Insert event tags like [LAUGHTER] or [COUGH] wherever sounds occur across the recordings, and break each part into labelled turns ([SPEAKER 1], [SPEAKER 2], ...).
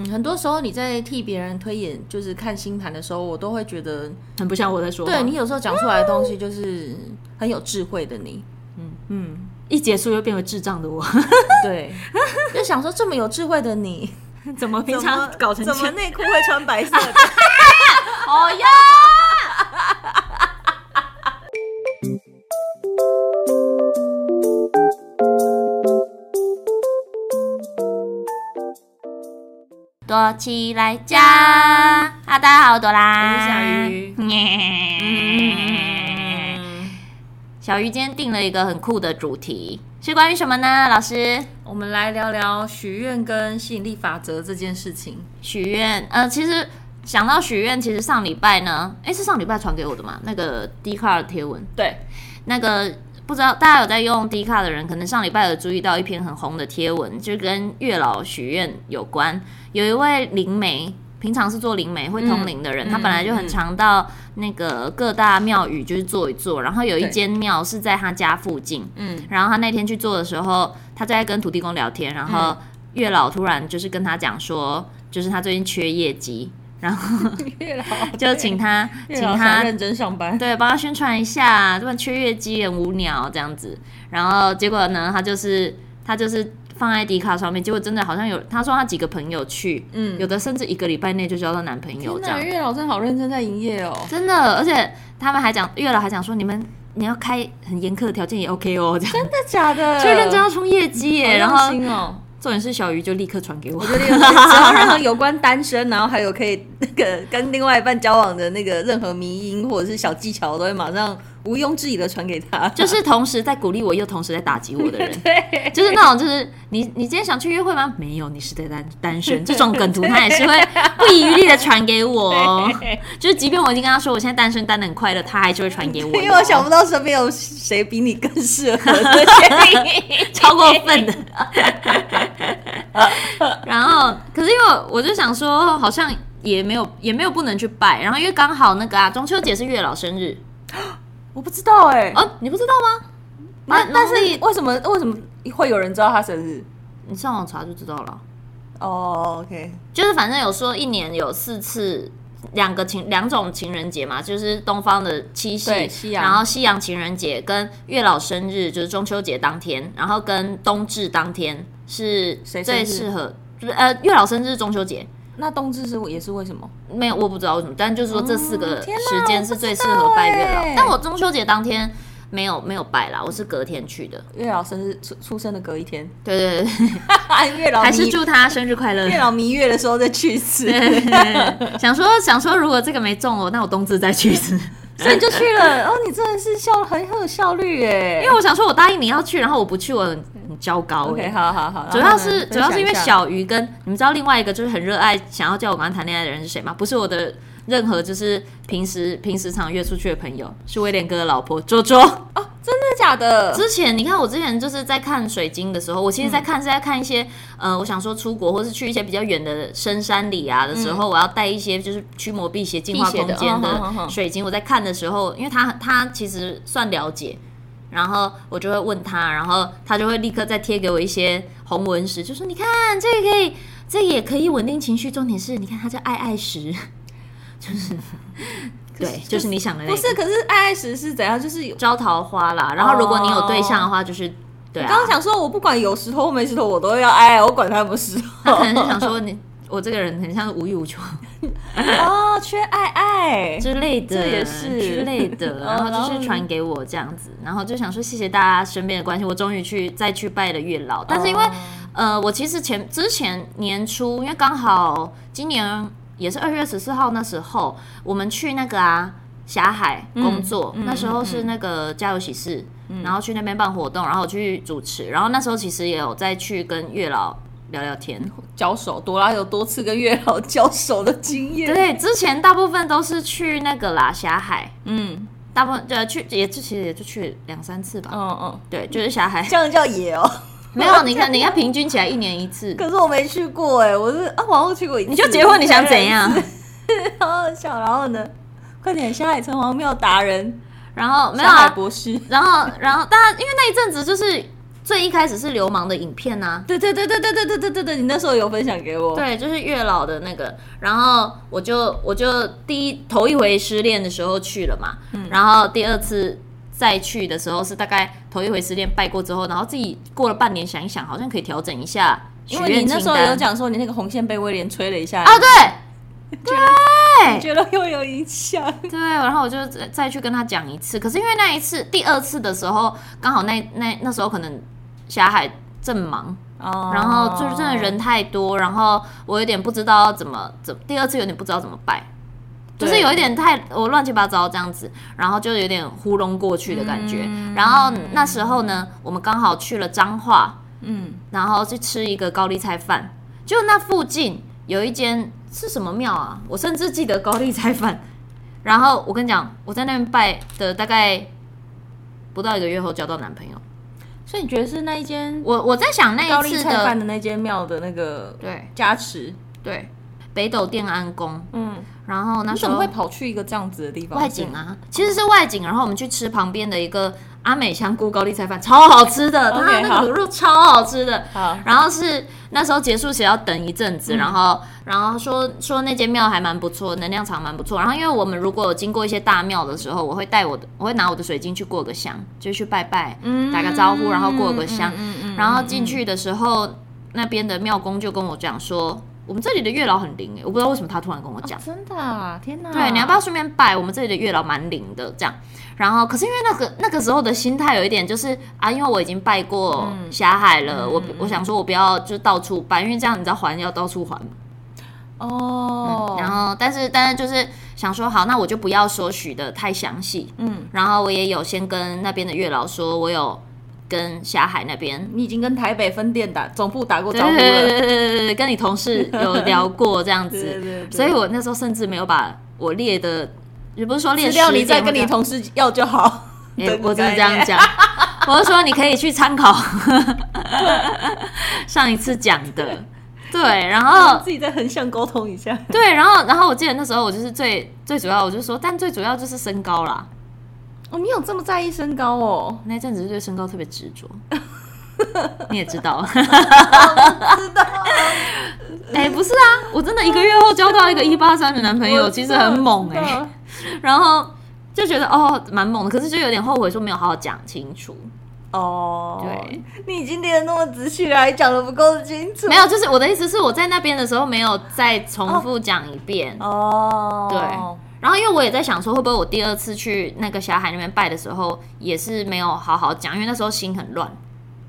[SPEAKER 1] 嗯很多时候你在替别人推演，就是看星盘的时候，我都会觉得，
[SPEAKER 2] 很不像我在说话。
[SPEAKER 1] 对你有时候讲出来的东西就是很有智慧的你。嗯嗯，
[SPEAKER 2] 一结束又变为智障的我， [LAUGHS]
[SPEAKER 1] 对，就想说这么有智慧的 [LAUGHS] 你，
[SPEAKER 2] 怎么平常搞成
[SPEAKER 3] 怎么
[SPEAKER 2] 这
[SPEAKER 3] 内裤会穿白色
[SPEAKER 1] [LAUGHS]
[SPEAKER 3] 的？
[SPEAKER 2] 哦呀！ [LAUGHS] 躲起来家啊！大家好，我朵拉，
[SPEAKER 3] 我是小鱼
[SPEAKER 2] 嗯小鱼今天定了一个很酷的主题，是关于什么呢？老师，
[SPEAKER 1] 我们来聊聊许愿跟吸引力法则这件事情。
[SPEAKER 2] 许愿，呃，其实想到许愿，其实上礼拜呢，诶，是上礼拜传给我的嘛？那个 D 卡的贴文，
[SPEAKER 1] 对，
[SPEAKER 2] 那个不知道大家有在用 D 卡的人，可能上礼拜有注意到一篇很红的贴文，就跟月老许愿有关。有一位灵媒，平常是做灵媒会通灵的人，
[SPEAKER 1] 嗯
[SPEAKER 2] 他本来就很常到那个各大庙宇就是坐一坐，然后有一
[SPEAKER 1] 对
[SPEAKER 2] 间庙是在他家附近，
[SPEAKER 1] 嗯，
[SPEAKER 2] 然后他那天去做的时候，他在跟土地公聊天，然
[SPEAKER 1] 嗯
[SPEAKER 2] 后月老突然就是跟他讲说，就是他最近缺业绩，然后 [LAUGHS]
[SPEAKER 1] 月老 [LAUGHS]
[SPEAKER 2] 就请他
[SPEAKER 1] 月
[SPEAKER 2] 请
[SPEAKER 1] 老
[SPEAKER 2] 他
[SPEAKER 1] 想认真上班。
[SPEAKER 2] 对帮他宣传一下，不然缺业绩很无聊这样子。然后结果呢，他就是他就是放在迪卡上面，结果真的好像有他说他几个朋友去，
[SPEAKER 1] 嗯
[SPEAKER 2] 有的甚至一个礼拜内就交到男朋友这
[SPEAKER 1] 那
[SPEAKER 2] 样，
[SPEAKER 1] 月老真的好认真在营业哦。
[SPEAKER 2] 真的，而且他们还讲月老还讲说你们你要开很严苛的条件也 OK 哦，这样
[SPEAKER 1] 真的假的？
[SPEAKER 2] 就认真要冲业绩耶，然后
[SPEAKER 1] 好。用心哦。
[SPEAKER 2] 重点是小鱼就立刻传给我，
[SPEAKER 3] 只要任何有关单身，然后还有可以那个跟另外一半交往的那个任何迷因或者是小技巧，我都会马上毋庸置疑的传给他。
[SPEAKER 2] [LAUGHS]
[SPEAKER 3] [LAUGHS]
[SPEAKER 2] 就是同时在鼓励我，又同时在打击我的人， [LAUGHS] 对，就是那种就是你你今天想去约会吗？没有，你是在单单身这种梗图，他也是会不遗余力的传给我 [LAUGHS] 哦。就是即便我已经跟他说我现在单身单的很快乐，他还是会传给 [LAUGHS] 我的哦，
[SPEAKER 3] 因为我想不到身边有谁比你更适合
[SPEAKER 2] [LAUGHS]
[SPEAKER 3] 这些迷因
[SPEAKER 2] 超过分的。 [LAUGHS] 然后，可是因为我就想说，好像也没有也没有不能去拜，然后因为刚好那个啊，中秋节是月老生日
[SPEAKER 3] 我不知道哎、
[SPEAKER 2] 哦，你不知道吗？
[SPEAKER 3] 那
[SPEAKER 2] 啊
[SPEAKER 3] 但是
[SPEAKER 2] 农历
[SPEAKER 3] 为什么为什么会有人知道他生日？
[SPEAKER 2] 你上网查就知道了。
[SPEAKER 3] 哦、o k
[SPEAKER 2] 就是反正有说一年有四次。两个情两种情人节嘛，就是东方的七夕，
[SPEAKER 1] 对西洋
[SPEAKER 2] 然后西洋情人节跟月老生日，就是中秋节当天，然后跟冬至当天是
[SPEAKER 3] 谁生日
[SPEAKER 2] 最适合，就是呃月老生日是中秋节，
[SPEAKER 1] 那冬至是也是为什么？
[SPEAKER 2] 没有我不知道为什么，但就是说这四个
[SPEAKER 3] 哦天哪
[SPEAKER 2] 时间是最适合拜月老。
[SPEAKER 3] 我不知道欸
[SPEAKER 2] 但我中秋节当天没有没有拜啦，我是隔天去的。
[SPEAKER 3] 月老生日出出生的隔一 [LAUGHS] 天，
[SPEAKER 2] 对对对，
[SPEAKER 3] 月老
[SPEAKER 2] 还是
[SPEAKER 3] 迷
[SPEAKER 2] 祝他生日快乐。
[SPEAKER 3] 哦 [LAUGHS] 月老迷月的时候再去一
[SPEAKER 2] [LAUGHS]
[SPEAKER 3] 次，
[SPEAKER 2] 想说想说，如果这个没中哦，那我冬至再去一次。
[SPEAKER 3] 所以你就去了。哦，你真的是效很很有效率欸耶。
[SPEAKER 2] 因为我想说，我答应你要去，然后我不去，我很很糟糕、欸。
[SPEAKER 3] OK，好好好，
[SPEAKER 2] 主
[SPEAKER 3] 然
[SPEAKER 2] 要
[SPEAKER 3] 后呢
[SPEAKER 2] 是主要是因为，
[SPEAKER 3] 分享一下
[SPEAKER 2] 小鱼跟你们知道另外一个就是很热爱想要叫我赶快谈恋爱的人是谁吗？不是我的任何就是平时平时常约出去的朋友，是威廉哥的老婆周周。
[SPEAKER 3] 真的假的？嗯
[SPEAKER 2] 之前你看，我之前就是在看水晶的时候，我其实在看、是在看一些，呃，我想说出国或是去一些比较远的深山里啊的时
[SPEAKER 3] 嗯
[SPEAKER 2] 候，我要带一些就是驱魔辟邪、净化
[SPEAKER 3] 辟邪
[SPEAKER 2] 空
[SPEAKER 3] 的
[SPEAKER 2] 间
[SPEAKER 3] 嗯哼哼
[SPEAKER 2] 的
[SPEAKER 3] 哼
[SPEAKER 2] 水晶。我在看的时候，因为他他其实算了解，然后我就会问他，然后他就会立刻再贴给我一些红纹石，就说你看这个可以，这个也可以稳定情绪，重点是你看它叫爱爱石， [LAUGHS] 就是对，啊就是你想的那个，
[SPEAKER 3] 不是，可是爱爱石是怎样？就是有。
[SPEAKER 2] 招桃花啦。然后如果你有对象的话，就是。对啊，
[SPEAKER 3] 哦刚刚想说，我不管有石头或没石头，我都要爱，我管他有没有石
[SPEAKER 2] 他
[SPEAKER 3] 头。
[SPEAKER 2] 可能是想说你，我这个人很像无欲无求
[SPEAKER 3] 哦，缺爱爱，
[SPEAKER 2] 之类的，
[SPEAKER 3] [LAUGHS] 这也是
[SPEAKER 2] 之类的，
[SPEAKER 3] 哦
[SPEAKER 2] 然后
[SPEAKER 3] 然后
[SPEAKER 2] 就是
[SPEAKER 3] 呢
[SPEAKER 2] 传给我这样子，然后就想说谢谢大家身边的关心，我终于去再去拜了月老，但是因为、
[SPEAKER 3] 哦
[SPEAKER 2] 呃，我其实前之前年初，因为刚好今年也是二月十四号那时候，我们去那个啊。霞海工作、那时候是那个家有喜事，然后去那边办活动，然后我去主持，然后那时候其实也有再去跟月老聊聊天，
[SPEAKER 3] 交手，朵拉有多次跟月老交手的经验。
[SPEAKER 2] 对，之前大部分都是去那个啦，霞海，
[SPEAKER 3] 嗯，
[SPEAKER 2] 大部分呃去也就其实也就去两三次吧。
[SPEAKER 3] 嗯嗯，
[SPEAKER 2] 对，就是霞海，
[SPEAKER 3] 这样叫野哦。
[SPEAKER 2] 没有你看，你看平均起来一年一次，
[SPEAKER 3] 可是我没去过哎，我是啊，我好像去过一次。
[SPEAKER 2] 你就结婚，你想怎？样？
[SPEAKER 3] 好好笑。然后呢？快点，下海城隍庙达人，
[SPEAKER 2] 然后没有
[SPEAKER 3] 上海
[SPEAKER 2] 啊，
[SPEAKER 3] 博士。
[SPEAKER 2] 然后然后大家因为那一阵子就是最一开始是流氓的影片呐、
[SPEAKER 3] 对对对对对对对对对对，你那时候有分享给我，
[SPEAKER 2] 对，就是月老的那个，然后我就我就第一头一回失恋的时候去了嘛，
[SPEAKER 3] 嗯
[SPEAKER 2] 然后第二次再去的时候是大概头一回失恋拜过之后，然后自己过了半年想一想，好像可以调整一下许
[SPEAKER 3] 因为
[SPEAKER 2] 愿
[SPEAKER 3] 你那
[SPEAKER 2] 清
[SPEAKER 3] 时候有
[SPEAKER 2] 单。
[SPEAKER 3] 讲说你那个红线被威廉吹了一下
[SPEAKER 2] 啊，对
[SPEAKER 3] 觉得又有影响。
[SPEAKER 2] 对，然后我就再再去跟他讲一次，可是因为那一次第二次的时候，刚好那那那时候可能霞海正忙，
[SPEAKER 3] 哦
[SPEAKER 2] [LAUGHS] 然后就是真的人太多，然后我有点不知道怎么怎第二次有点不知道怎么拜，就
[SPEAKER 3] 对
[SPEAKER 2] 是有一点太我乱七八糟这样子，然后就有点糊弄过去的感觉。
[SPEAKER 3] 嗯
[SPEAKER 2] 然后那时候呢，我们刚好去了彰化，
[SPEAKER 3] 嗯，
[SPEAKER 2] 然后去吃一个高丽菜饭，就那附近有一间是什么庙啊？我甚至记得高丽菜饭。然后我跟你讲，我在那边拜的大概不到一个月后交到男朋友。
[SPEAKER 3] 所以你觉得是那一间
[SPEAKER 2] 我我在想那
[SPEAKER 3] 高
[SPEAKER 2] 一
[SPEAKER 3] 丽
[SPEAKER 2] 次
[SPEAKER 3] 菜饭
[SPEAKER 2] 的
[SPEAKER 3] 的那间庙的那个
[SPEAKER 2] 对
[SPEAKER 3] 加持？
[SPEAKER 2] 对，北斗电安宫，
[SPEAKER 3] 嗯，
[SPEAKER 2] 然后那
[SPEAKER 3] 你
[SPEAKER 2] 时
[SPEAKER 3] 怎么
[SPEAKER 2] 候
[SPEAKER 3] 会跑去一个这样子的地方？
[SPEAKER 2] 外景啊，其实是外景，然后我们去吃旁边的一个阿美香菇高丽菜饭，超好吃的，它
[SPEAKER 3] OK，
[SPEAKER 2] 的那
[SPEAKER 3] 好
[SPEAKER 2] 个卤肉超好吃的。
[SPEAKER 3] 好
[SPEAKER 2] 然后是那时候结束前要等一阵
[SPEAKER 3] 嗯
[SPEAKER 2] 子，然后然后说说那间庙还蛮不错，能量场蛮不错。然后因为我们如果有经过一些大庙的时候，我会带我的，我会拿我的水晶去过个香，就去拜拜，
[SPEAKER 3] 嗯
[SPEAKER 2] 打个招呼，然后过个香。然后进去的时候，那边的庙公就跟我讲说，我们这里的月老很灵欸诶、我不知道为什么他突然跟我讲。
[SPEAKER 3] 真的、啊，天哪！
[SPEAKER 2] 对，你要不要顺便拜？我们这里的月老蛮灵的，这样。然后，可是因为那个那个时候的心态有一点就是啊，因为我已经拜过
[SPEAKER 3] 嗯
[SPEAKER 2] 霞海了，我我想说我不要就到处拜，因为这样你知道还要到处还嘛。
[SPEAKER 3] 哦？
[SPEAKER 2] 嗯然后，但是但是就是想说好，那我就不要说许的太详细。
[SPEAKER 3] 嗯，
[SPEAKER 2] 然后我也有先跟那边的月老说，我有跟霞海那边
[SPEAKER 3] 你已经跟台北分店打总部打过
[SPEAKER 2] 对
[SPEAKER 3] 招呼了，
[SPEAKER 2] 对对对对对，跟你同事有聊过这样子，
[SPEAKER 3] 对对对对
[SPEAKER 2] 所以我那时候甚至没有把我列的，也不是说列
[SPEAKER 3] 资料
[SPEAKER 2] 十
[SPEAKER 3] 你再
[SPEAKER 2] 点或
[SPEAKER 3] 跟你
[SPEAKER 2] 者
[SPEAKER 3] 同事要就好。
[SPEAKER 2] 欸
[SPEAKER 3] 的
[SPEAKER 2] 我真的
[SPEAKER 3] 概
[SPEAKER 2] 这样
[SPEAKER 3] 念
[SPEAKER 2] 讲，我是说你可以去参考上一次讲的，对，然后
[SPEAKER 3] [LAUGHS] 自己再横向沟通一下。
[SPEAKER 2] 对，然后然后我记得那时候我就是最最主要，我就说，但最主要就是身高啦，
[SPEAKER 3] 哦，你有这么在意身高哦？
[SPEAKER 2] 那一阵子就对身高特别执
[SPEAKER 3] [LAUGHS]
[SPEAKER 2] 着。你也知道，
[SPEAKER 3] 啊
[SPEAKER 2] 哎、不是啊，我真的一个月后交到一个一八三的男朋友，哎其实很猛哎、
[SPEAKER 3] 我知道
[SPEAKER 2] 然后就觉得哦，蛮猛的，可是就有点后悔说没有好好讲清楚。
[SPEAKER 3] 哦，
[SPEAKER 2] 对，
[SPEAKER 3] 你已经列得那么仔细了，还讲的不够清楚。
[SPEAKER 2] 没有，就是我的意思是我在那边的时候没有再重复讲一遍。
[SPEAKER 3] 哦，
[SPEAKER 2] 对然后因为我也在想说，会不会我第二次去那个霞海那边拜的时候，也是没有好好讲，因为那时候心很乱。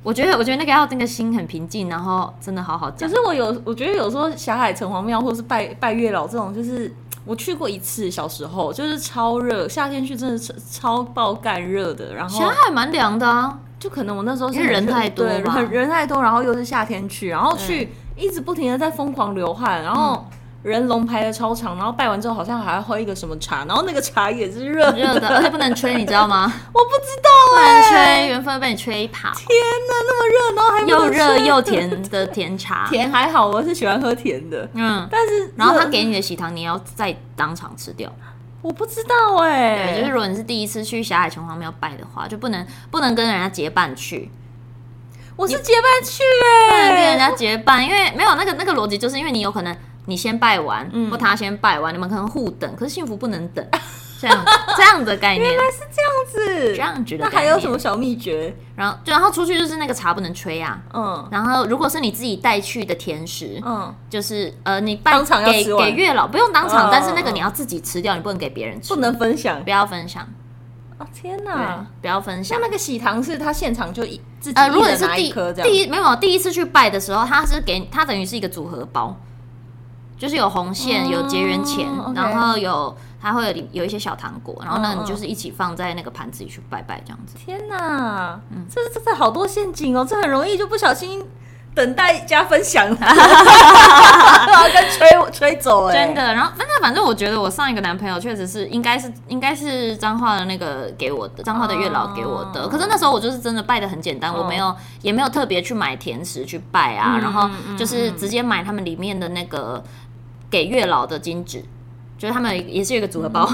[SPEAKER 2] 我觉得，我觉得那个要那个心很平静，然后真的好好
[SPEAKER 3] 可
[SPEAKER 2] 讲。
[SPEAKER 3] 是我有，我觉得有时候霞海城隍庙或者是拜拜月老这种，就是我去过一次，小时候就是超热，夏天去真的是超爆干热的，然后
[SPEAKER 2] 霞海蛮凉的啊，
[SPEAKER 3] 就可能我那时候是
[SPEAKER 2] 因为人太多
[SPEAKER 3] 对，
[SPEAKER 2] 吧
[SPEAKER 3] 很人太多，然后又是夏天去，然后去一直不停的在疯狂流汗，然后人龙排的超长，然后拜完之后好像还要喝一个什么茶，然后那个茶也是热的， [LAUGHS]
[SPEAKER 2] 热的，而且不能吹，你知道吗？
[SPEAKER 3] 我不知道
[SPEAKER 2] 不
[SPEAKER 3] 哎、
[SPEAKER 2] 能吹，缘分会被你吹跑。
[SPEAKER 3] 天哪，那么热，然后还不
[SPEAKER 2] 又
[SPEAKER 3] 能
[SPEAKER 2] 热
[SPEAKER 3] 吃
[SPEAKER 2] 又甜的甜茶，
[SPEAKER 3] [LAUGHS] 甜还好，我是喜欢喝甜的，
[SPEAKER 2] 嗯。
[SPEAKER 3] 但是
[SPEAKER 2] 然后他
[SPEAKER 3] 热
[SPEAKER 2] 给你的喜糖，你要在当场吃掉。
[SPEAKER 3] 我不知道哎、
[SPEAKER 2] 对，就是如果你是第一次去霞海城隍庙拜的话，就不能不能跟人家结伴去，
[SPEAKER 3] 我是结伴去
[SPEAKER 2] 不
[SPEAKER 3] 哎、
[SPEAKER 2] 能跟人家结伴，因为没有那个那个逻辑，就是因为你有可能你先拜完，
[SPEAKER 3] 嗯
[SPEAKER 2] 或他先拜完，你们可能互等，可是幸福不能等，这样这样的
[SPEAKER 3] [LAUGHS]
[SPEAKER 2] 概念，
[SPEAKER 3] 是
[SPEAKER 2] 这样子的
[SPEAKER 3] 那
[SPEAKER 2] 概
[SPEAKER 3] 还
[SPEAKER 2] 念
[SPEAKER 3] 有什么？小秘诀？
[SPEAKER 2] 然后然后出去就是那个茶不能吹啊。
[SPEAKER 3] 嗯
[SPEAKER 2] 然后，如果是你自己带去的甜食，
[SPEAKER 3] 嗯，
[SPEAKER 2] 就是呃，你拜
[SPEAKER 3] 当场要
[SPEAKER 2] 给
[SPEAKER 3] 吃完
[SPEAKER 2] 给月老不用当场，
[SPEAKER 3] 嗯
[SPEAKER 2] 但是那个
[SPEAKER 3] 嗯
[SPEAKER 2] 你要自己吃掉，你不能给别人吃，
[SPEAKER 3] 不能分享
[SPEAKER 2] 不要分享，
[SPEAKER 3] 哦！天
[SPEAKER 2] 对
[SPEAKER 3] 哪，，
[SPEAKER 2] 不要分享
[SPEAKER 3] 像。那个喜糖是他现场就一自己
[SPEAKER 2] 呃，如
[SPEAKER 3] 一
[SPEAKER 2] 果你
[SPEAKER 3] 人
[SPEAKER 2] 是
[SPEAKER 3] 拿
[SPEAKER 2] 第
[SPEAKER 3] 一颗这样，
[SPEAKER 2] 第一没有第一次去拜的时候，它是给它等于是一个组合包，就是有红线，
[SPEAKER 3] 哦
[SPEAKER 2] 有结缘钱，
[SPEAKER 3] OK
[SPEAKER 2] 然后有它会有有一些小糖果，然后呢
[SPEAKER 3] 嗯嗯
[SPEAKER 2] 你就是一起放在那个盘子里去拜拜这样子。
[SPEAKER 3] 天哪，
[SPEAKER 2] 嗯
[SPEAKER 3] 这这这好多陷阱哦，这很容易就不小心等待加分
[SPEAKER 2] [LAUGHS]
[SPEAKER 3] 享了，然后跟吹吹走哎、
[SPEAKER 2] 真的，然后但是反正我觉得我上一个男朋友确实是应该是应该是彰化的那个给我的彰化的月老给我的，
[SPEAKER 3] 哦
[SPEAKER 2] 可是那时候我就是真的拜的很简单，我没有也没有特别去买甜食去拜啊，
[SPEAKER 3] 嗯
[SPEAKER 2] 然后
[SPEAKER 3] 嗯
[SPEAKER 2] 就是
[SPEAKER 3] 嗯
[SPEAKER 2] 直接买他们里面的那个给月老的金纸，就是他们也是有一个组合包。 [LAUGHS]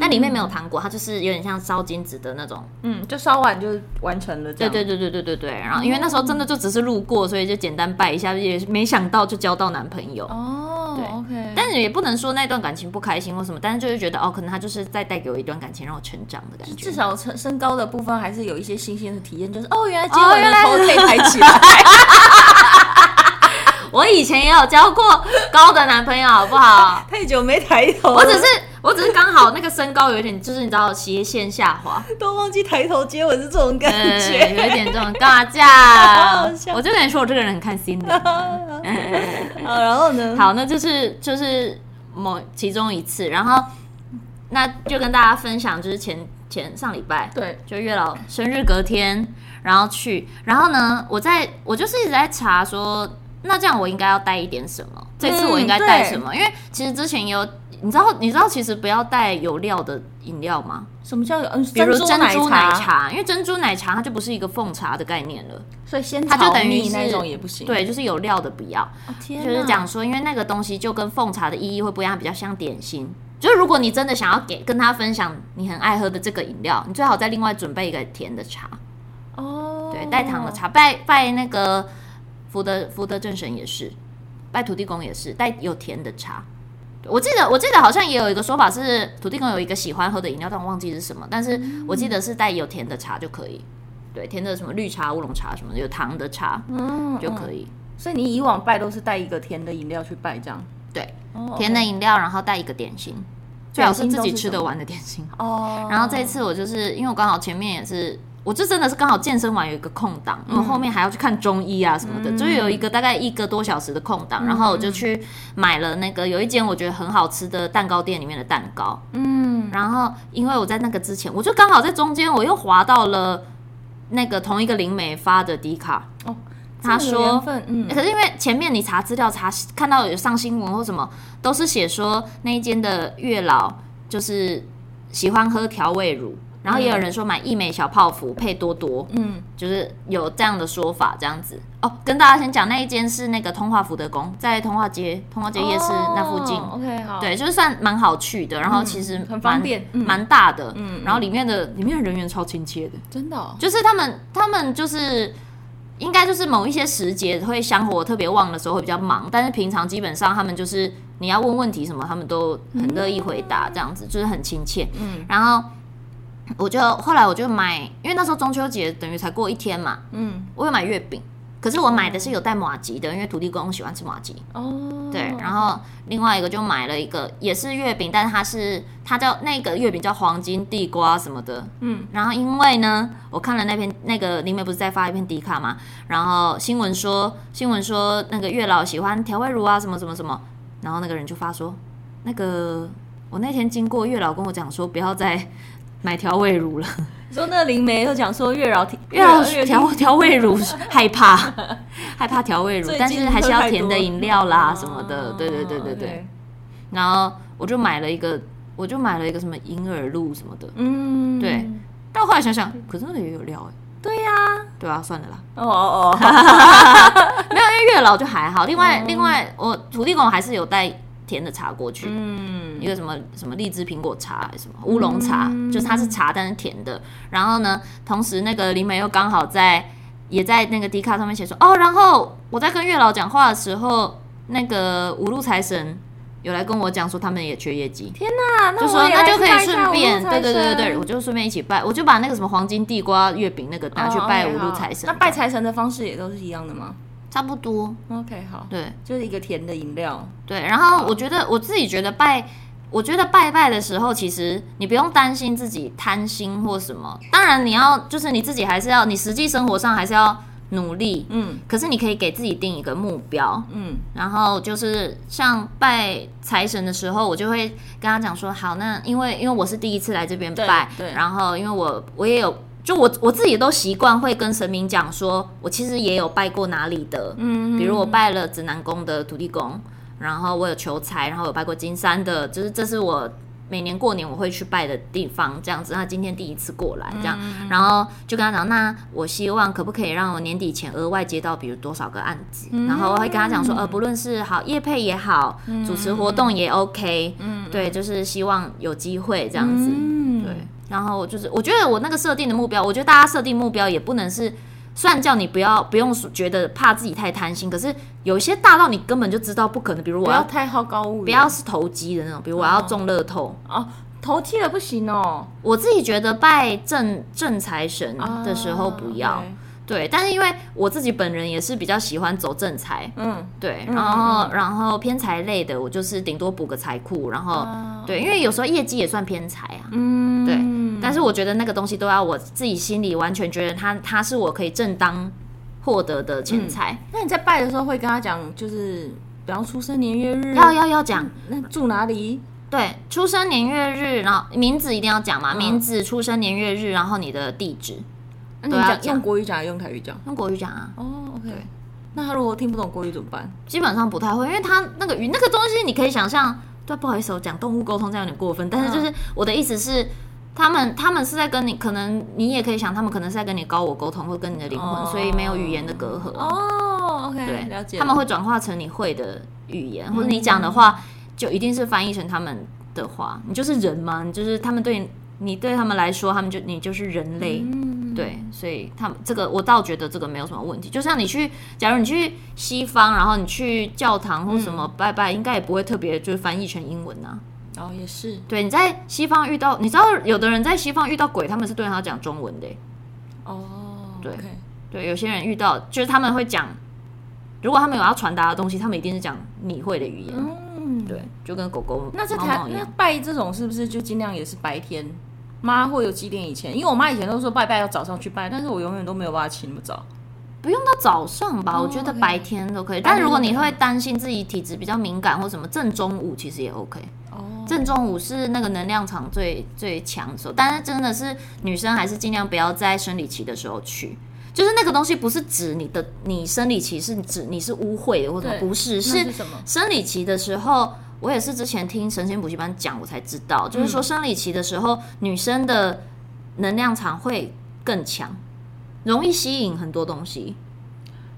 [SPEAKER 2] 但里面没有糖果，它就是有点像烧金纸的那种。
[SPEAKER 3] 嗯，就烧完就完成了这
[SPEAKER 2] 对
[SPEAKER 3] 样。
[SPEAKER 2] 对
[SPEAKER 3] 对，
[SPEAKER 2] 对对对对对。然后因为那时候真的就只是路过，所以就简单拜一下，也没想到就交到男朋友。
[SPEAKER 3] 哦，OK，
[SPEAKER 2] 但也不能说那段感情不开心或什么，但是就是觉得哦，可能他就是再带给我一段感情，让我成长的感觉。
[SPEAKER 3] 至少身身高的部分还是有一些新鲜的体验，就是哦，原来今
[SPEAKER 2] 哦
[SPEAKER 3] 晚
[SPEAKER 2] 原
[SPEAKER 3] 的
[SPEAKER 2] 来
[SPEAKER 3] 头
[SPEAKER 2] 是
[SPEAKER 3] 可以抬
[SPEAKER 2] [LAUGHS]
[SPEAKER 3] 起来。
[SPEAKER 2] 我以前也有交过高的男朋友，好不 [LAUGHS] 好？
[SPEAKER 3] 太久没抬头了，
[SPEAKER 2] 我只是我只是刚好那个身高有一点，就是你知道斜线下 [LAUGHS] 滑，
[SPEAKER 3] 都忘记抬头接吻是这种感
[SPEAKER 2] 呃，
[SPEAKER 3] 觉。
[SPEAKER 2] 有一点这种尬
[SPEAKER 3] 好
[SPEAKER 2] 架
[SPEAKER 3] 好笑。
[SPEAKER 2] 我就跟你说，我这个人很看心的。
[SPEAKER 3] 嗯好，然后呢？
[SPEAKER 2] [LAUGHS] 好，那就是就是某其中一次，然后那就跟大家分享，就是前前上礼拜，
[SPEAKER 3] 对，
[SPEAKER 2] 就月老生日隔天，然后去，然后呢，我在我就是一直在查说，那这样我应该要带一点什么？这次我应该带什
[SPEAKER 3] 嗯
[SPEAKER 2] 么？因为其实之前有，你知道你知道其实不要带有料的饮料吗？
[SPEAKER 3] 什么叫有？嗯，
[SPEAKER 2] 比如
[SPEAKER 3] 珠
[SPEAKER 2] 珍珠奶
[SPEAKER 3] 茶，
[SPEAKER 2] 茶，因为珍珠奶茶它就不是一个奉茶的概念了，
[SPEAKER 3] 所以仙
[SPEAKER 2] 它就
[SPEAKER 3] 草
[SPEAKER 2] 等于
[SPEAKER 3] 蜜
[SPEAKER 2] 是
[SPEAKER 3] 那种也不行。，
[SPEAKER 2] 对，就是有料的不要。
[SPEAKER 3] 哦、天
[SPEAKER 2] 就是
[SPEAKER 3] 哪
[SPEAKER 2] 讲说，因为那个东西就跟奉茶的意义会不一样，比较像点心。就是如果你真的想要给跟他分享你很爱喝的这个饮料，你最好再另外准备一个甜的茶，
[SPEAKER 3] 哦，
[SPEAKER 2] 对，带糖的茶。拜拜那个福德福德正神也是，拜土地公也是，带有甜的茶。我记得我记得好像也有一个说法是土地公有一个喜欢喝的饮料，但我忘记是什么，但是我记得是带有甜的茶就可以，对，甜的什么绿茶、乌龙茶什么的有糖的茶
[SPEAKER 3] 嗯
[SPEAKER 2] 就可以，
[SPEAKER 3] 所以你以往拜都是带一个甜的饮料去拜这样。
[SPEAKER 2] 对。
[SPEAKER 3] 哦
[SPEAKER 2] 甜的饮料，然后带一个点心，最好是自己吃得完的点心。
[SPEAKER 3] 哦，
[SPEAKER 2] 然后这一次我就是因为我刚好前面也是，我就真的是刚好健身完有一个空档，
[SPEAKER 3] 嗯
[SPEAKER 2] 因为后面还要去看中医啊什么的，就有一个大概一个多小时的空档，然后我就去买了那个有一间我觉得很好吃的蛋糕店里面的蛋糕，
[SPEAKER 3] 嗯，
[SPEAKER 2] 然后因为我在那个之前，我就刚好在中间我又滑到了那个同一个灵媒发的迪卡，
[SPEAKER 3] 哦，
[SPEAKER 2] 他
[SPEAKER 3] 这个有缘
[SPEAKER 2] 说
[SPEAKER 3] 分嗯，
[SPEAKER 2] 可是因为前面你查资料查看到有上新闻或什么，都是写说那一间的月老就是喜欢喝调味乳，然后也有人说买一美小泡芙配多多， [LAUGHS]
[SPEAKER 3] 嗯，
[SPEAKER 2] 就是有这样的说法这样子。哦，跟大家先讲那一间是那个通化福德宫，在通化街通化街夜市那附近。
[SPEAKER 3] 哦 OK，好，
[SPEAKER 2] 对，就是算蛮好去的，然后其
[SPEAKER 3] 嗯
[SPEAKER 2] 实
[SPEAKER 3] 很
[SPEAKER 2] 蛮
[SPEAKER 3] 方便嗯
[SPEAKER 2] 蛮大的，
[SPEAKER 3] 嗯嗯
[SPEAKER 2] 然后里面的里面的人员超亲切的，
[SPEAKER 3] 真的哦，
[SPEAKER 2] 就是他们，他们就是应该就是某一些时节会香火特别旺的时候会比较忙，但是平常基本上他们就是你要问问题什么，他们都很乐意回答，这样子就是很亲切。
[SPEAKER 3] 嗯
[SPEAKER 2] 然后我就后来我就买，因为那时候中秋节等于才过一天嘛，
[SPEAKER 3] 嗯，
[SPEAKER 2] 我有买月饼，可是我买的是有带马吉的，因为土地公喜欢吃马吉。
[SPEAKER 3] 哦，
[SPEAKER 2] 对，然后另外一个就买了一个也是月饼，但是它是它叫那个月饼叫黄金地瓜什么的，
[SPEAKER 3] 嗯，
[SPEAKER 2] 然后因为呢，我看了那篇那个林美不是在发一篇迪卡嘛，然后新闻说新闻说那个月老喜欢调味乳啊什么什么什么，然后那个人就发说那个我那天经过月老跟我讲说不要再 [LAUGHS] 买调味乳
[SPEAKER 3] [LAUGHS]
[SPEAKER 2] 了，
[SPEAKER 3] 说那个灵媒又讲说月老听
[SPEAKER 2] 月老
[SPEAKER 3] 月
[SPEAKER 2] 调调味乳害怕害怕调味乳
[SPEAKER 3] 最，近
[SPEAKER 2] 但是还是要甜的饮料
[SPEAKER 3] 喝
[SPEAKER 2] 啦
[SPEAKER 3] 太
[SPEAKER 2] 什
[SPEAKER 3] 多
[SPEAKER 2] 么
[SPEAKER 3] 了
[SPEAKER 2] 的，对对对对对。
[SPEAKER 3] 哦哦，OK
[SPEAKER 2] 然后我就买了一个，我就买了一个什么银耳露什么的。
[SPEAKER 3] 嗯，
[SPEAKER 2] 对但我后来想想，可是那个也有料哎、
[SPEAKER 3] 对呀，
[SPEAKER 2] 对啊，算了啦，
[SPEAKER 3] 哦 [LAUGHS] 哦哦，
[SPEAKER 2] 没有，因为月老就还好。另外，
[SPEAKER 3] 哦
[SPEAKER 2] 另外我土地公还是有带甜的茶过去，
[SPEAKER 3] 嗯
[SPEAKER 2] 一个什么什么荔枝苹果茶，什么乌龙茶，
[SPEAKER 3] 嗯
[SPEAKER 2] 就是它是茶但是甜的。然后呢，同时那个林美又刚好在也在那个迪卡上面写说，哦，然后我在跟月老讲话的时候，那个五路财神有来跟我讲说，他们也缺业绩。
[SPEAKER 3] 啊，
[SPEAKER 2] 就
[SPEAKER 3] 我
[SPEAKER 2] 说
[SPEAKER 3] 也
[SPEAKER 2] 那
[SPEAKER 3] 来
[SPEAKER 2] 就可以
[SPEAKER 3] 拜一下
[SPEAKER 2] 顺便，
[SPEAKER 3] 五路
[SPEAKER 2] 对
[SPEAKER 3] 财
[SPEAKER 2] 对对
[SPEAKER 3] 神
[SPEAKER 2] 对，我就顺便一起拜，我就把那个什么黄金地瓜月饼那个拿去拜
[SPEAKER 3] 哦，OK，
[SPEAKER 2] 五路
[SPEAKER 3] 好
[SPEAKER 2] 财神，
[SPEAKER 3] 那拜财神的方式也都是一样的吗
[SPEAKER 2] 差不多，
[SPEAKER 3] ？OK，好，
[SPEAKER 2] 对
[SPEAKER 3] 就是一个甜的饮料，
[SPEAKER 2] 对。然后我觉得我自己觉得拜，我觉得拜拜的时候，其实你不用担心自己贪心或什么，当然你要就是你自己还是要，你实际生活上还是要努力，
[SPEAKER 3] 嗯
[SPEAKER 2] 可是你可以给自己定一个目标，
[SPEAKER 3] 嗯，
[SPEAKER 2] 然后就是像拜财神的时候，我就会跟他讲说，好，那因为因为我是第一次来这边拜，
[SPEAKER 3] 对对
[SPEAKER 2] 然后因为我我也有，就我我自己都习惯会跟神明讲说，我其实也有拜过哪里的，
[SPEAKER 3] 嗯
[SPEAKER 2] 比如我拜了指南宫的土地公，然后我有求财，然后有拜过金山的，就是这是我每年过年我会去拜的地方，这样子。那今天第一次过来，这样，
[SPEAKER 3] 嗯
[SPEAKER 2] 然后就跟他讲，那我希望可不可以让我年底前额外接到，比如多少个案
[SPEAKER 3] 嗯
[SPEAKER 2] 子，然后我会跟他讲说，呃，不论是好业配也好，主持活动也 OK，嗯，对，就是希望有机会这样子。
[SPEAKER 3] 嗯，
[SPEAKER 2] 对，然后就是我觉得我那个设定的目标，我觉得大家设定目标也不能是，虽然叫你不要不用觉得怕自己太贪心，可是有一些大到你根本就知道不可能，比如
[SPEAKER 3] 不
[SPEAKER 2] 我
[SPEAKER 3] 要
[SPEAKER 2] 要
[SPEAKER 3] 太好高骛远，
[SPEAKER 2] 不要是投机的那种，比如我要中乐透，
[SPEAKER 3] 哦，投机了不行哦。
[SPEAKER 2] 我自己觉得拜正正财神的时候不要，
[SPEAKER 3] 哦啊对
[SPEAKER 2] 对，但是因为我自己本人也是比较喜欢走正财，
[SPEAKER 3] 嗯，
[SPEAKER 2] 对，
[SPEAKER 3] 嗯
[SPEAKER 2] 然后、
[SPEAKER 3] 嗯
[SPEAKER 2] 然后偏财类的，我就是顶多补个财库，然后、
[SPEAKER 3] 哦
[SPEAKER 2] 对，因为有时候业绩也算偏财啊。
[SPEAKER 3] 嗯，
[SPEAKER 2] 对但是我觉得那个东西都要我自己心里完全觉得它它是我可以正当获得的
[SPEAKER 3] 嗯
[SPEAKER 2] 钱财，
[SPEAKER 3] 那你在拜的时候会跟他讲，就是比方出生年月日，
[SPEAKER 2] 要要要讲
[SPEAKER 3] 那住哪里？
[SPEAKER 2] 对出生年月日，然后名字一定要讲
[SPEAKER 3] 嗯
[SPEAKER 2] 嘛，名字、出生年月日，然后你的地址，
[SPEAKER 3] 那你
[SPEAKER 2] 都要
[SPEAKER 3] 讲
[SPEAKER 2] 啊讲
[SPEAKER 3] 用国语讲还是用台语讲？
[SPEAKER 2] 用国语讲啊，
[SPEAKER 3] 哦，OK。那他如果听不懂国语怎么办？
[SPEAKER 2] 基本上不太会，因为它那个语那个东西你可以想象，对，不好意思，我讲动物沟通这样有点过分，但是
[SPEAKER 3] 嗯
[SPEAKER 2] 就是我的意思是。他们他们是在跟你，可能你也可以想，他们可能是在跟你高我沟通，或跟你的灵魂，
[SPEAKER 3] 哦
[SPEAKER 2] 所以没有语言的隔阂。
[SPEAKER 3] 哦，OK，
[SPEAKER 2] 对，
[SPEAKER 3] 了解了。嗯
[SPEAKER 2] 他们会转化成你会的语言，或者你讲的话，就一定是翻译成他们的话。你就是人嘛，你就是他们对你你对他们来说，他们就你就是人类。
[SPEAKER 3] 嗯，
[SPEAKER 2] 对，所以他们这个我倒觉得这个没有什么问题。就像你去，假如你去西方，然后你去教堂或什么
[SPEAKER 3] 嗯
[SPEAKER 2] 拜拜，应该也不会特别就是翻译成英文啊。
[SPEAKER 3] 然哦后也是
[SPEAKER 2] 对，你在西方遇到，你知道有的人在西方遇到鬼，他们是对他讲中文的欸、
[SPEAKER 3] 哦，
[SPEAKER 2] 对
[SPEAKER 3] OK
[SPEAKER 2] 对，有些人遇到就是他们会讲，如果他们有要传达的东西，他们一定是讲你会的语言。
[SPEAKER 3] 嗯，
[SPEAKER 2] 对，就跟狗狗、
[SPEAKER 3] 那在
[SPEAKER 2] 猫
[SPEAKER 3] 台
[SPEAKER 2] 猫一
[SPEAKER 3] 那
[SPEAKER 2] 样。
[SPEAKER 3] 拜这种是不是就尽量也是白天？妈会有几点以前？因为我妈以前都说拜拜要早上去拜，但是我永远都没有办法起那么早。
[SPEAKER 2] 不用到早上吧，
[SPEAKER 3] 哦
[SPEAKER 2] 我觉得
[SPEAKER 3] OK
[SPEAKER 2] 白天都可以。
[SPEAKER 3] 白天
[SPEAKER 2] 但如果
[SPEAKER 3] 都可以
[SPEAKER 2] 你会担心自己体质比较敏感或什么，正中午其实也 OK。
[SPEAKER 3] 哦，
[SPEAKER 2] 正中午是那个能量场最最强的时候，但是真的是女生还是尽量不要在生理期的时候去。就是那个东西不是指你的，你生理期是指你是污秽的或什么，
[SPEAKER 3] 对
[SPEAKER 2] 不是，
[SPEAKER 3] 那
[SPEAKER 2] 是
[SPEAKER 3] 是什么？
[SPEAKER 2] 生理期的时候，我也是之前听神仙补习班讲，我才知道，就是
[SPEAKER 3] 嗯
[SPEAKER 2] 说生理期的时候，女生的能量场会更强，容易吸引很多东西。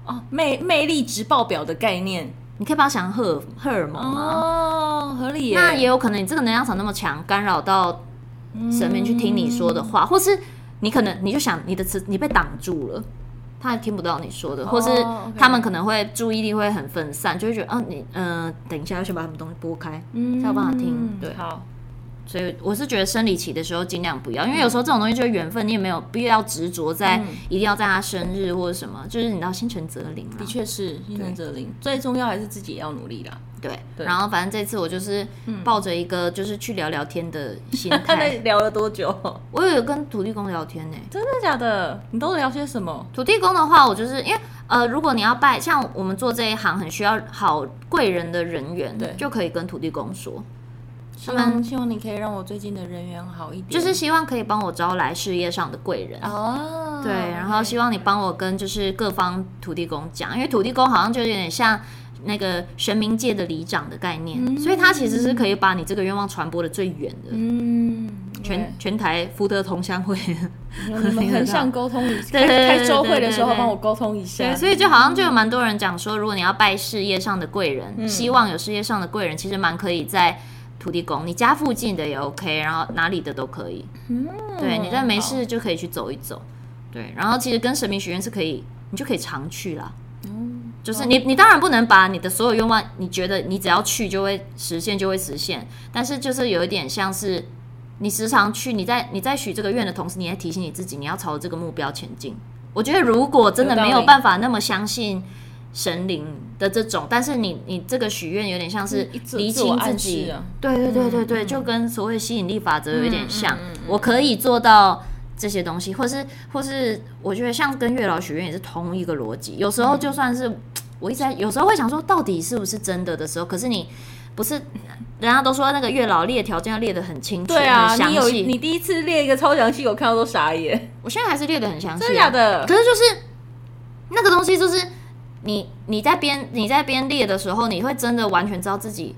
[SPEAKER 3] 哦，魅魅力值爆表的概念。
[SPEAKER 2] 你可以把它想成荷尔荷尔蒙啊，
[SPEAKER 3] 哦，合理耶。
[SPEAKER 2] 那也有嗯可能你这个能量场那么强，干扰到神明去听你说的话，或是你可能你就想你的词你被挡住了。他也听不到你说的，或是
[SPEAKER 3] ，OK
[SPEAKER 2] 他们可能会注意力会很分散，就会觉得，哦、你，呃，等一下要先把他们东西拨开，
[SPEAKER 3] 嗯
[SPEAKER 2] 才有办法听对
[SPEAKER 3] 好，
[SPEAKER 2] 所以我是觉得生理期的时候尽量不要，因为有时候这种东西就是缘分，你也没有必要执着在、一定要在他生日或者什么，就是你知道心诚则灵嘛
[SPEAKER 3] 的。确是心诚则灵，最重要还是自己也要努力啦。
[SPEAKER 2] 对，然后反正这次我就是抱着一个就是去聊聊天的心 [LAUGHS]
[SPEAKER 3] 那
[SPEAKER 2] 态，
[SPEAKER 3] 聊了多久？
[SPEAKER 2] 我有跟土地公聊天呢、
[SPEAKER 3] [LAUGHS] 真的假的？你都聊些什么？
[SPEAKER 2] 土地公的话，我就是因为呃，如果你要拜，像我们做这一行很需要好贵人的人缘，
[SPEAKER 3] 对
[SPEAKER 2] 就可以跟土地公说，
[SPEAKER 3] 希望希望你可以让我最近的人缘好一点。
[SPEAKER 2] 就是希望可以帮我招来事业上的贵人。
[SPEAKER 3] 哦，
[SPEAKER 2] 对，然后希望你帮我跟就是各方土地公讲，因为土地公好像就有点像那个神明界的里长的概念，所以他其实是可以把你这个愿望传播的最远的。
[SPEAKER 3] 嗯，
[SPEAKER 2] 全全台福德同乡会，
[SPEAKER 3] 对 [LAUGHS] 你们很像沟通 [LAUGHS] 一
[SPEAKER 2] 对
[SPEAKER 3] 开
[SPEAKER 2] 对对
[SPEAKER 3] 开周会
[SPEAKER 2] 对
[SPEAKER 3] 的时候
[SPEAKER 2] 对
[SPEAKER 3] 帮我沟通一下。
[SPEAKER 2] 所以就好像就有蛮多人讲说，如果你要拜事业上的贵人，
[SPEAKER 3] 嗯
[SPEAKER 2] 希望有事业上的贵人，其实蛮可以在土地公，你家附近的也 OK，然后哪里的都可以。对，你在没
[SPEAKER 3] 嗯好
[SPEAKER 2] 事就可以去走一走。对，然后其实跟神明许愿是可以，你就可以常去啦。
[SPEAKER 3] 嗯
[SPEAKER 2] 就是你，你当然不能把你的所有愿望，你觉得你只要去就会实现，就会实现。但是就是有一点像是，你时常去，你在你在许这个愿的同时，你还提醒你自己，你要朝着这个目标前进。我觉得如果真的
[SPEAKER 3] 有道
[SPEAKER 2] 没
[SPEAKER 3] 理
[SPEAKER 2] 有办法那么相信神灵的这种，但是你你这个许愿有点像是
[SPEAKER 3] 一自
[SPEAKER 2] 厘
[SPEAKER 3] 自我
[SPEAKER 2] 清自
[SPEAKER 3] 暗
[SPEAKER 2] 己
[SPEAKER 3] 示啊，
[SPEAKER 2] 对对对对对，就跟所谓吸引力法则有一点像。我可以做到这些东西，或是或是我觉得像跟月老许愿也是同一个逻辑。有时候就算是我一直在，有时候会想说到底是不是真的的时候，可是你不是，人家都说那个月老列条件要列得很清楚、
[SPEAKER 3] 对啊，
[SPEAKER 2] 很详
[SPEAKER 3] 你有
[SPEAKER 2] 细。
[SPEAKER 3] 你第一次列一个超详细，我看到都傻眼，
[SPEAKER 2] 我现在还是列得很详细、啊，
[SPEAKER 3] 真的假的？
[SPEAKER 2] 可是就是那个东西，就是你你在编你在编列的时候，你会真的完全知道自己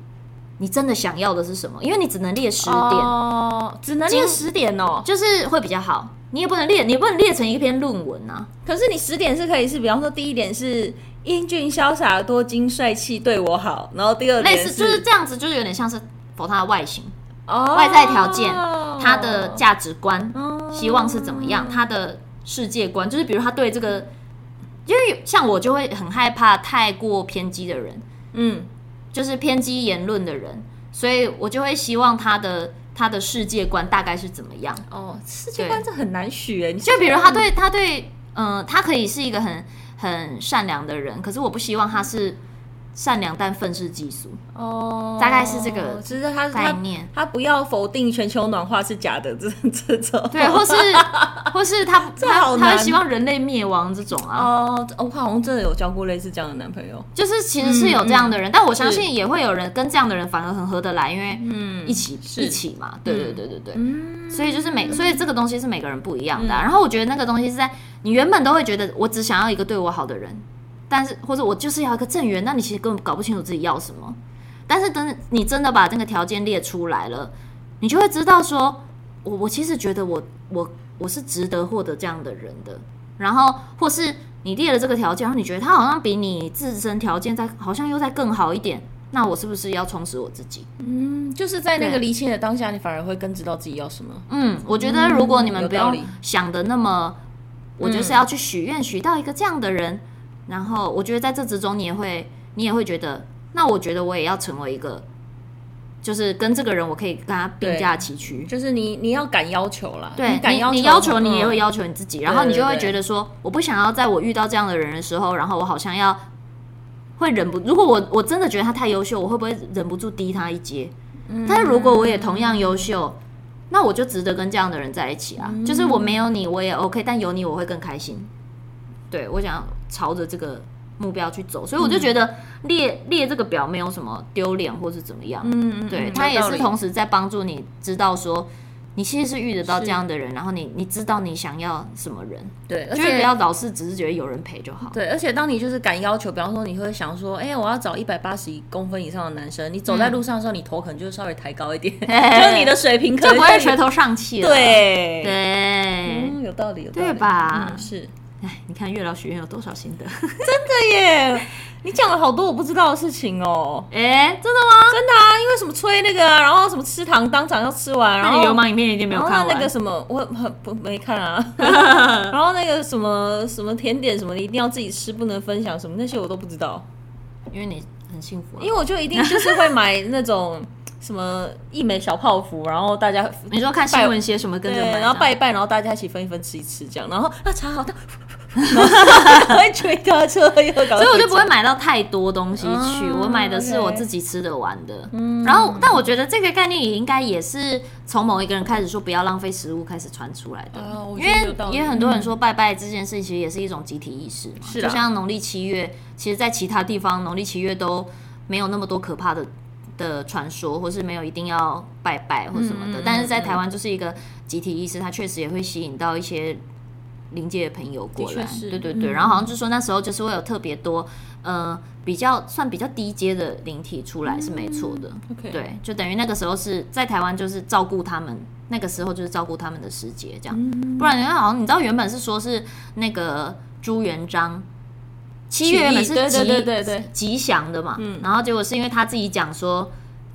[SPEAKER 2] 你真的想要的是什么，因为你只能列十点，
[SPEAKER 3] 哦，只能列
[SPEAKER 2] 今
[SPEAKER 3] 十点哦。
[SPEAKER 2] 就是会比较好。你也不能列，你不能列成一篇论文啊。
[SPEAKER 3] 可是你十点是可以是，比方说第一点是英俊潇洒、多金帅气对我好，然后第二
[SPEAKER 2] 类
[SPEAKER 3] 点
[SPEAKER 2] 似就是这样子，就是有点像是否它的外形、
[SPEAKER 3] 哦
[SPEAKER 2] 外在条件、它的价值观、希望是怎么样，他的世界观，就是比如他对这个，因为像我就会很害怕太过偏激的人，
[SPEAKER 3] 嗯，
[SPEAKER 2] 就是偏激言论的人，所以我就会希望他的他的世界观大概是怎么样。
[SPEAKER 3] 哦，世界观这很难许哎，你
[SPEAKER 2] 就比如他对他对，嗯、他可以是一个很很善良的人，可是我不希望他是善良但愤世嫉俗。
[SPEAKER 3] 哦，
[SPEAKER 2] 大概是这个
[SPEAKER 3] 就是他
[SPEAKER 2] 概
[SPEAKER 3] [LAUGHS]
[SPEAKER 2] 念
[SPEAKER 3] 他，他不要否定全球暖化是假的这这种，
[SPEAKER 2] 对，或是或
[SPEAKER 3] [LAUGHS]
[SPEAKER 2] 是他
[SPEAKER 3] 好
[SPEAKER 2] 他他会
[SPEAKER 3] 难
[SPEAKER 2] 希望人类灭亡这种啊，
[SPEAKER 3] 哦，我好像真的有交过类似这样的男朋友，
[SPEAKER 2] 就是其实是有这样的人，但我相信也会有人跟这样的人反而很合得来，因为
[SPEAKER 3] 嗯
[SPEAKER 2] 一起、
[SPEAKER 3] 是
[SPEAKER 2] 一起嘛，对对对对对，
[SPEAKER 3] 嗯，
[SPEAKER 2] 所以就是每所以这个东西是每个人不一样的啊、然后我觉得那个东西是在你原本都会觉得我只想要一个对我好的人，但是或者我就是要一个正缘，那你其实根本搞不清楚自己要什么。但是等你真的把这个条件列出来了，你就会知道说，我我其实觉得我我我是值得获得这样的人的。然后或是你列了这个条件，然后你觉得他好像比你自身条件在好像又在更好一点，那我是不是要充实我自己？
[SPEAKER 3] 嗯，就是在那个
[SPEAKER 2] 对
[SPEAKER 3] 离清的当下，你反而会更知道自己要什么。
[SPEAKER 2] 嗯，我觉得如果你们
[SPEAKER 3] 有
[SPEAKER 2] 不
[SPEAKER 3] 道
[SPEAKER 2] 用
[SPEAKER 3] 理
[SPEAKER 2] 想的那么，我就是要去许愿，许到一个这样的人，然后我觉得在这之中，你也会，你也会觉得，那我觉得我也要成为一个，就是跟这个人，我可以跟他并驾齐驱。
[SPEAKER 3] 就是你你要敢要求啦，
[SPEAKER 2] 对
[SPEAKER 3] 敢要求
[SPEAKER 2] 你，
[SPEAKER 3] 你
[SPEAKER 2] 你要求你也会要求你自己，然后你就会
[SPEAKER 3] 对对
[SPEAKER 2] 觉得说，我不想要在我遇到这样的人的时候，然后我好像要会忍不，如果我我真的觉得他太优秀，我会不会忍不住低他一阶？
[SPEAKER 3] 嗯
[SPEAKER 2] 但是如果我也同样优秀，那我就值得跟这样的人在一起
[SPEAKER 3] 嗯
[SPEAKER 2] 啊。就是我没有你我也 OK，但有你我会更开心。对我想朝着这个目标去走，所以我就觉得列、列这个表没有什么丢脸或是怎么样。
[SPEAKER 3] 嗯，嗯
[SPEAKER 2] 对，
[SPEAKER 3] 嗯
[SPEAKER 2] 他
[SPEAKER 3] 有
[SPEAKER 2] 也
[SPEAKER 3] 道
[SPEAKER 2] 是
[SPEAKER 3] 理
[SPEAKER 2] 同时在帮助你知道说，你其实是遇得到这样的人，然后你你知道你想要什么人，
[SPEAKER 3] 对，而
[SPEAKER 2] 就是不
[SPEAKER 3] 且
[SPEAKER 2] 要老是只是觉得有人陪就好。
[SPEAKER 3] 对，而且当你就是敢要求，比方说你会想说，哎、我要找一百八十公分以上的男生，你走在路上的时候，你头可能就稍微抬高一点，[LAUGHS]
[SPEAKER 2] [LAUGHS]
[SPEAKER 3] 就是你的水平可
[SPEAKER 2] 就
[SPEAKER 3] 能
[SPEAKER 2] 不会
[SPEAKER 3] 是
[SPEAKER 2] 垂头丧气了。
[SPEAKER 3] 对，
[SPEAKER 2] 对，
[SPEAKER 3] 嗯，有道理，有道理
[SPEAKER 2] 对吧
[SPEAKER 3] 嗯是，
[SPEAKER 2] 哎，你看月老许愿有多少心得？
[SPEAKER 3] 对耶，你讲了好多我不知道的事情哦，
[SPEAKER 2] 哎，真的吗？
[SPEAKER 3] 真的啊，因为什么吹那个啊，然后什么吃糖当场要吃完，然
[SPEAKER 2] 那
[SPEAKER 3] 后
[SPEAKER 2] 你流氓影片一定没有
[SPEAKER 3] 然后
[SPEAKER 2] 看
[SPEAKER 3] 那
[SPEAKER 2] 完。
[SPEAKER 3] 个什么，我很不没看
[SPEAKER 2] [LAUGHS]
[SPEAKER 3] 啊。然后那个什么什么甜点什么的，一定要自己吃，不能分享什么那些我都不知道，
[SPEAKER 2] 因为你很幸福啊、
[SPEAKER 3] 因为我就一定就是会买那种什么一枚小泡芙，然后大家
[SPEAKER 2] 你说看新闻写什么 [LAUGHS] 跟
[SPEAKER 3] 对，
[SPEAKER 2] 着买，啊
[SPEAKER 3] 然后拜一拜，然后大家一起分一分吃一吃这样，然后 [LAUGHS] 啊茶好烫，
[SPEAKER 2] [LAUGHS]
[SPEAKER 3] 然后会追他车又搞，
[SPEAKER 2] 所以我就不会买到太多东西去，
[SPEAKER 3] 哦
[SPEAKER 2] 我买的是
[SPEAKER 3] OK
[SPEAKER 2] 我自己吃得完的。
[SPEAKER 3] 嗯
[SPEAKER 2] 然后，但我觉得这个概念也应该也是从某一个人开始说不要浪费食物开始传出来的，
[SPEAKER 3] 啊我
[SPEAKER 2] 因
[SPEAKER 3] 觉得有
[SPEAKER 2] 为
[SPEAKER 3] 道理
[SPEAKER 2] 也很多人说拜拜这件事情其实也是一种集体意识嘛，
[SPEAKER 3] 是啊
[SPEAKER 2] 就像农历七月，其实在其他地方农历七月都没有那么多可怕的。的传说，或是没有一定要拜拜或什么的，
[SPEAKER 3] 嗯嗯
[SPEAKER 2] 但是在台湾就是一个集体意识，它确实也会吸引到一些临界的朋友过来
[SPEAKER 3] 的确，是
[SPEAKER 2] 对对对。
[SPEAKER 3] 嗯
[SPEAKER 2] 然后好像就说那时候就是会有特别多，呃，比较算比较低阶的灵体出来是没错的，
[SPEAKER 3] OK
[SPEAKER 2] 对，就等于那个时候是在台湾就是照顾他们，那个时候就是照顾他们的师姐这样，
[SPEAKER 3] 嗯
[SPEAKER 2] 不然人家好像你知道原本是说是那个朱元璋。七月原本是吉
[SPEAKER 3] 对对对对嗯对
[SPEAKER 2] 吉祥的嘛，然后结果是因为他自己讲说，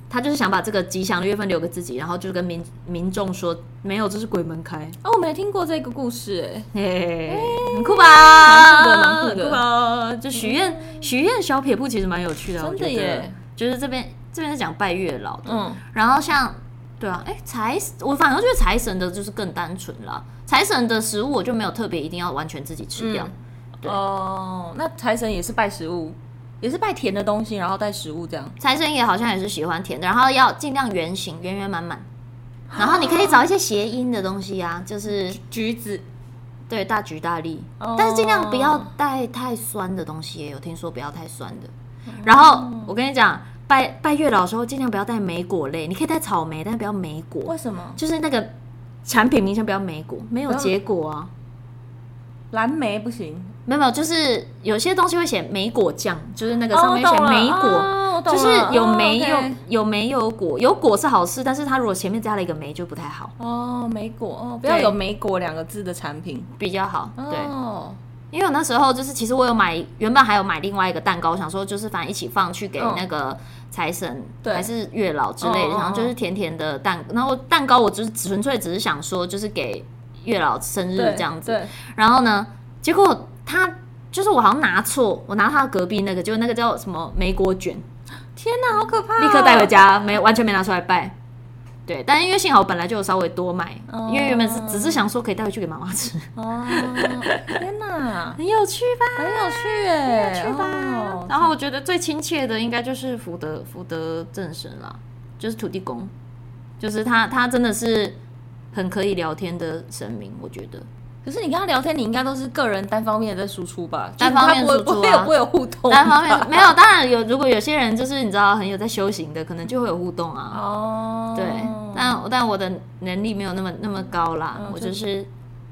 [SPEAKER 2] 他就是想把这个吉祥的月份留给自己，然后就跟民民众说，没有，这是鬼门开，
[SPEAKER 3] 啊，我没听过这个故事哎、
[SPEAKER 2] 嘿，很酷吧？
[SPEAKER 3] 蛮酷的蛮酷的
[SPEAKER 2] 很吧？就许愿，许愿小撇步其实蛮有趣的，
[SPEAKER 3] 真的
[SPEAKER 2] 我觉得
[SPEAKER 3] 耶。
[SPEAKER 2] 就是这边这边是讲拜月老的，
[SPEAKER 3] 嗯，
[SPEAKER 2] 然后像对啊，哎财，我反而觉得财神的就是更单纯啦。财神的食物我就没有特别一定要完全自己吃掉，
[SPEAKER 3] 嗯
[SPEAKER 2] 对
[SPEAKER 3] 哦，那财神也是拜食物，也是拜甜的东西，然后带食物这样。
[SPEAKER 2] 财神爷好像也是喜欢甜的，然后要尽量圆形，圆圆满满。然后你可以找一些谐音的东西啊，就是
[SPEAKER 3] 橘子，
[SPEAKER 2] 对大吉大利，
[SPEAKER 3] 哦
[SPEAKER 2] 但是尽量不要带太酸的东西，也有听说不要太酸的。
[SPEAKER 3] 嗯
[SPEAKER 2] 然后我跟你讲，拜拜月老的时候尽量不要带莓果类，你可以带草莓，但不要莓果
[SPEAKER 3] 为，什么？
[SPEAKER 2] 就是那个产品名称不要莓果，没有
[SPEAKER 3] 不要
[SPEAKER 2] 结果啊，
[SPEAKER 3] 蓝莓不行，
[SPEAKER 2] 没有没有，就是有些东西会写莓果酱，就是那个
[SPEAKER 3] 哦
[SPEAKER 2] 上面
[SPEAKER 3] 我
[SPEAKER 2] 写
[SPEAKER 3] 懂了
[SPEAKER 2] 莓果。
[SPEAKER 3] 哦我懂
[SPEAKER 2] 就是
[SPEAKER 3] 了
[SPEAKER 2] 有莓有、
[SPEAKER 3] 哦，OK
[SPEAKER 2] 有莓有果，有果是好事，但是它如果前面加了一个莓就不太好，
[SPEAKER 3] 哦，莓果哦，不要
[SPEAKER 2] 对
[SPEAKER 3] 有莓果两个字的产品。
[SPEAKER 2] 比较好。对，
[SPEAKER 3] 哦，
[SPEAKER 2] 因为我那时候就是，其实我有买，原本还有买另外一个蛋糕，我想说就是反正一起放去给那个财神
[SPEAKER 3] 嗯对
[SPEAKER 2] 还是月老之类
[SPEAKER 3] 哦
[SPEAKER 2] 的，
[SPEAKER 3] 哦哦
[SPEAKER 2] 然后就是甜甜的蛋，然后蛋糕我只是纯粹只是想说就是给月老生日
[SPEAKER 3] 对
[SPEAKER 2] 这样子，
[SPEAKER 3] 对，
[SPEAKER 2] 然后呢，结果他就是我好像拿错，我拿他隔壁那个，就那个叫什么梅果卷，
[SPEAKER 3] 天哪，好可怕、哦
[SPEAKER 2] 立刻带回。家，没有完全没拿出来拜。对，但因为幸好我本来就有稍微多买，
[SPEAKER 3] 哦
[SPEAKER 2] 因为原本是只是想说可以带回去给妈妈吃，
[SPEAKER 3] 哦，天哪，
[SPEAKER 2] [LAUGHS] 很有趣吧？
[SPEAKER 3] 很有趣哎，
[SPEAKER 2] 去吧。
[SPEAKER 3] 哦
[SPEAKER 2] 然后我觉得最亲切的应该就是福德福德正神啦，就是土地公，就是他他真的是很可以聊天的神明，我觉得。
[SPEAKER 3] 可是你跟他聊天，你应该都是个人单方面在输出吧？就是
[SPEAKER 2] 单方面
[SPEAKER 3] 他不会
[SPEAKER 2] 输出啊
[SPEAKER 3] 不会有不会有互动吧，
[SPEAKER 2] 单方面没有，当然有。如果有些人就是你知道很有在修行的，可能就会有互动啊。
[SPEAKER 3] 哦。
[SPEAKER 2] 对，但但我的能力没有那么那么高啦，
[SPEAKER 3] 嗯
[SPEAKER 2] 我
[SPEAKER 3] 就
[SPEAKER 2] 就是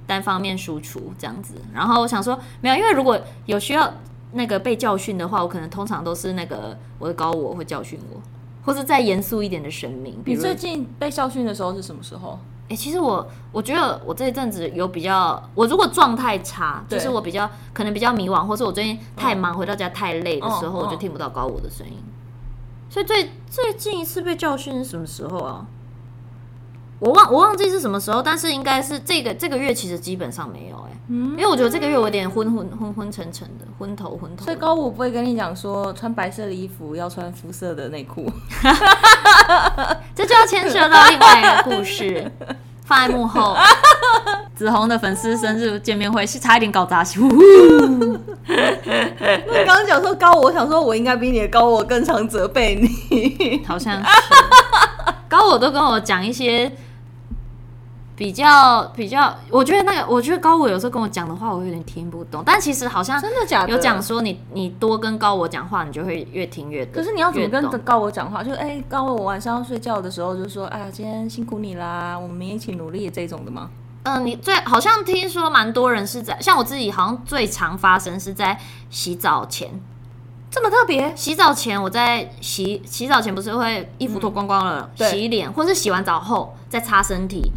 [SPEAKER 2] 单方面输出这样子。然后我想说，没有，因为如果有需要那个被教训的话，我可能通常都是那个我的高我会教训我，或是再严肃一点的神明。比
[SPEAKER 3] 你
[SPEAKER 2] 如，
[SPEAKER 3] 最
[SPEAKER 2] 哎、
[SPEAKER 3] 近被校训的时候是什么时候？
[SPEAKER 2] 其实我我觉得我这一阵子有比较，我如果状态差，就
[SPEAKER 3] 对
[SPEAKER 2] 是我比较可能比较迷惘，或是我最近太忙、回到家太累的时
[SPEAKER 3] 嗯
[SPEAKER 2] 候，
[SPEAKER 3] 嗯
[SPEAKER 2] 我就听不到高我的声音。所以最最近一次被教训是什么时候啊？我忘我忘记是什么时候，但是应该是这个这个月其实基本上没有哎、
[SPEAKER 3] 嗯，
[SPEAKER 2] 因为我觉得这个月我有点昏昏昏昏沉沉的，昏头昏头的。
[SPEAKER 3] 所以高五不会跟你讲说穿白色的衣服要穿肤色的内裤。
[SPEAKER 2] 这就要牵扯到另外一个故事，放在幕 [LAUGHS] 后。紫红的粉丝生日见面会是差一点搞砸，呼呼
[SPEAKER 3] 刚刚讲说高我，我想说我应该比你的高我更常责备你。
[SPEAKER 2] 好像是。高我都跟我讲一些比较比较，我觉得那个，我觉得高我有时候跟我讲的话，我有点听不懂。但其实好
[SPEAKER 3] [LAUGHS]
[SPEAKER 2] 像
[SPEAKER 3] 真的假的？
[SPEAKER 2] 有讲说你，你多跟高我讲话，你就会越听越懂。
[SPEAKER 3] 可是你要怎么
[SPEAKER 2] 越
[SPEAKER 3] 跟
[SPEAKER 2] 懂
[SPEAKER 3] 高我讲话？就是哎、高我，我晚上要睡觉的时候就说，哎呀，今天辛苦你啦，我们一起努力这种的吗？
[SPEAKER 2] 嗯、你最好像听说蛮多人是在，像我自己好像最常发生是在洗澡前。
[SPEAKER 3] 这么特别？
[SPEAKER 2] 洗澡前我在洗洗澡前不是会衣服脱光光
[SPEAKER 3] 嗯
[SPEAKER 2] 了，
[SPEAKER 3] 对
[SPEAKER 2] 洗脸，或是洗完澡后再擦身体，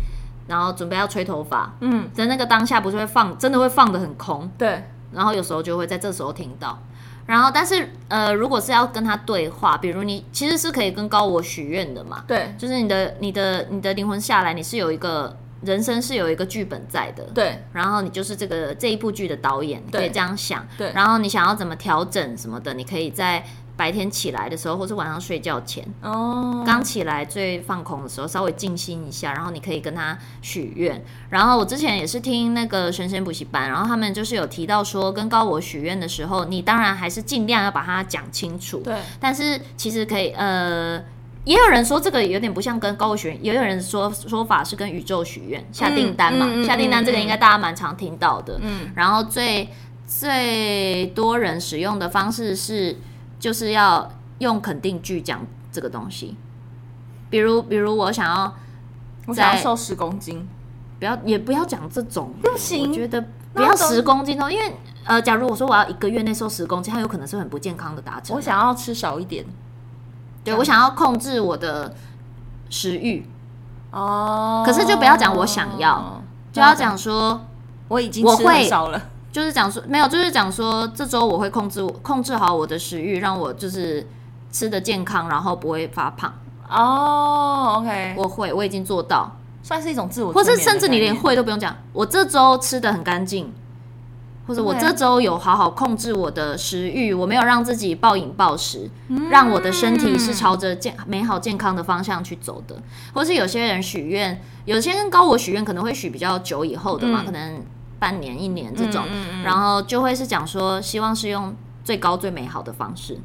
[SPEAKER 2] 然后准备要吹头发，
[SPEAKER 3] 嗯，
[SPEAKER 2] 在那个当下不是会放，真的会放的很空，
[SPEAKER 3] 对，
[SPEAKER 2] 然后有时候就会在这时候听到。然后，但是呃，如果是要跟他对话，比如你其实是可以跟高我许愿的嘛，
[SPEAKER 3] 对，
[SPEAKER 2] 就是你的你的你的灵魂下来，你是有一个人生是有一个剧本在的，
[SPEAKER 3] 对，
[SPEAKER 2] 然后你就是这个这一部剧的导演，你可以
[SPEAKER 3] 对
[SPEAKER 2] 这样想。
[SPEAKER 3] 对
[SPEAKER 2] 然后你想要怎么调整什么的，你可以在白天起来的时候，或是晚上睡觉前，
[SPEAKER 3] 哦，
[SPEAKER 2] 刚起来最放空的时候，稍微静心一下，然后你可以跟他许愿。然后我之前也是听那个神仙补习班，然后他们就是有提到说，跟高我许愿的时候，你当然还是尽量要把它讲清楚。
[SPEAKER 3] 对，
[SPEAKER 2] 但是其实可以，呃，也有人说这个有点不像跟高我许愿，也有人说说法是跟宇宙许愿下订单嘛，
[SPEAKER 3] 嗯嗯嗯
[SPEAKER 2] 下订单这个
[SPEAKER 3] 嗯
[SPEAKER 2] 应该大家蛮常听到的。
[SPEAKER 3] 嗯，
[SPEAKER 2] 然后最最多人使用的方式是，就是要用肯定句讲这个东西，比如比如我想要
[SPEAKER 3] 我想要
[SPEAKER 2] 在
[SPEAKER 3] 瘦十公斤，
[SPEAKER 2] 不要也不要讲这种，不
[SPEAKER 3] 行
[SPEAKER 2] 我觉得不
[SPEAKER 3] 那
[SPEAKER 2] 要
[SPEAKER 3] 懂
[SPEAKER 2] 十公斤哦，因为呃，假如我说我要一个月内瘦十公斤，它有可能是很不健康的达成。
[SPEAKER 3] 我想要吃少一点。
[SPEAKER 2] 对我想要控制我的食欲，
[SPEAKER 3] 哦，
[SPEAKER 2] 可是就不要讲我想要，就
[SPEAKER 3] 啊
[SPEAKER 2] 要讲说，
[SPEAKER 3] 我已经
[SPEAKER 2] 我
[SPEAKER 3] 吃很
[SPEAKER 2] 会
[SPEAKER 3] 少了。
[SPEAKER 2] 就是讲说没有，就是讲说这周我会控制我控制好我的食欲，让我就是吃的健康，然后不会发胖。
[SPEAKER 3] 哦，OK，
[SPEAKER 2] 我会，我已经做到，
[SPEAKER 3] 算是一种自我催眠
[SPEAKER 2] 或
[SPEAKER 3] 的概
[SPEAKER 2] 是
[SPEAKER 3] 念，
[SPEAKER 2] 甚至你连会都不用讲，我这周吃的很干净。或者我
[SPEAKER 3] OK
[SPEAKER 2] 这周有好好控制我的食欲，我没有让自己暴饮暴食，
[SPEAKER 3] 嗯
[SPEAKER 2] 让我的身体是朝着健美好健康的方向去走的。或是有些人许愿，有些人高我许愿可能会许比较久以后的嘛，
[SPEAKER 3] 嗯
[SPEAKER 2] 可能半年一年这
[SPEAKER 3] 嗯
[SPEAKER 2] 种，
[SPEAKER 3] 嗯嗯
[SPEAKER 2] 然后就会是讲说希望是用最高最美好的方式。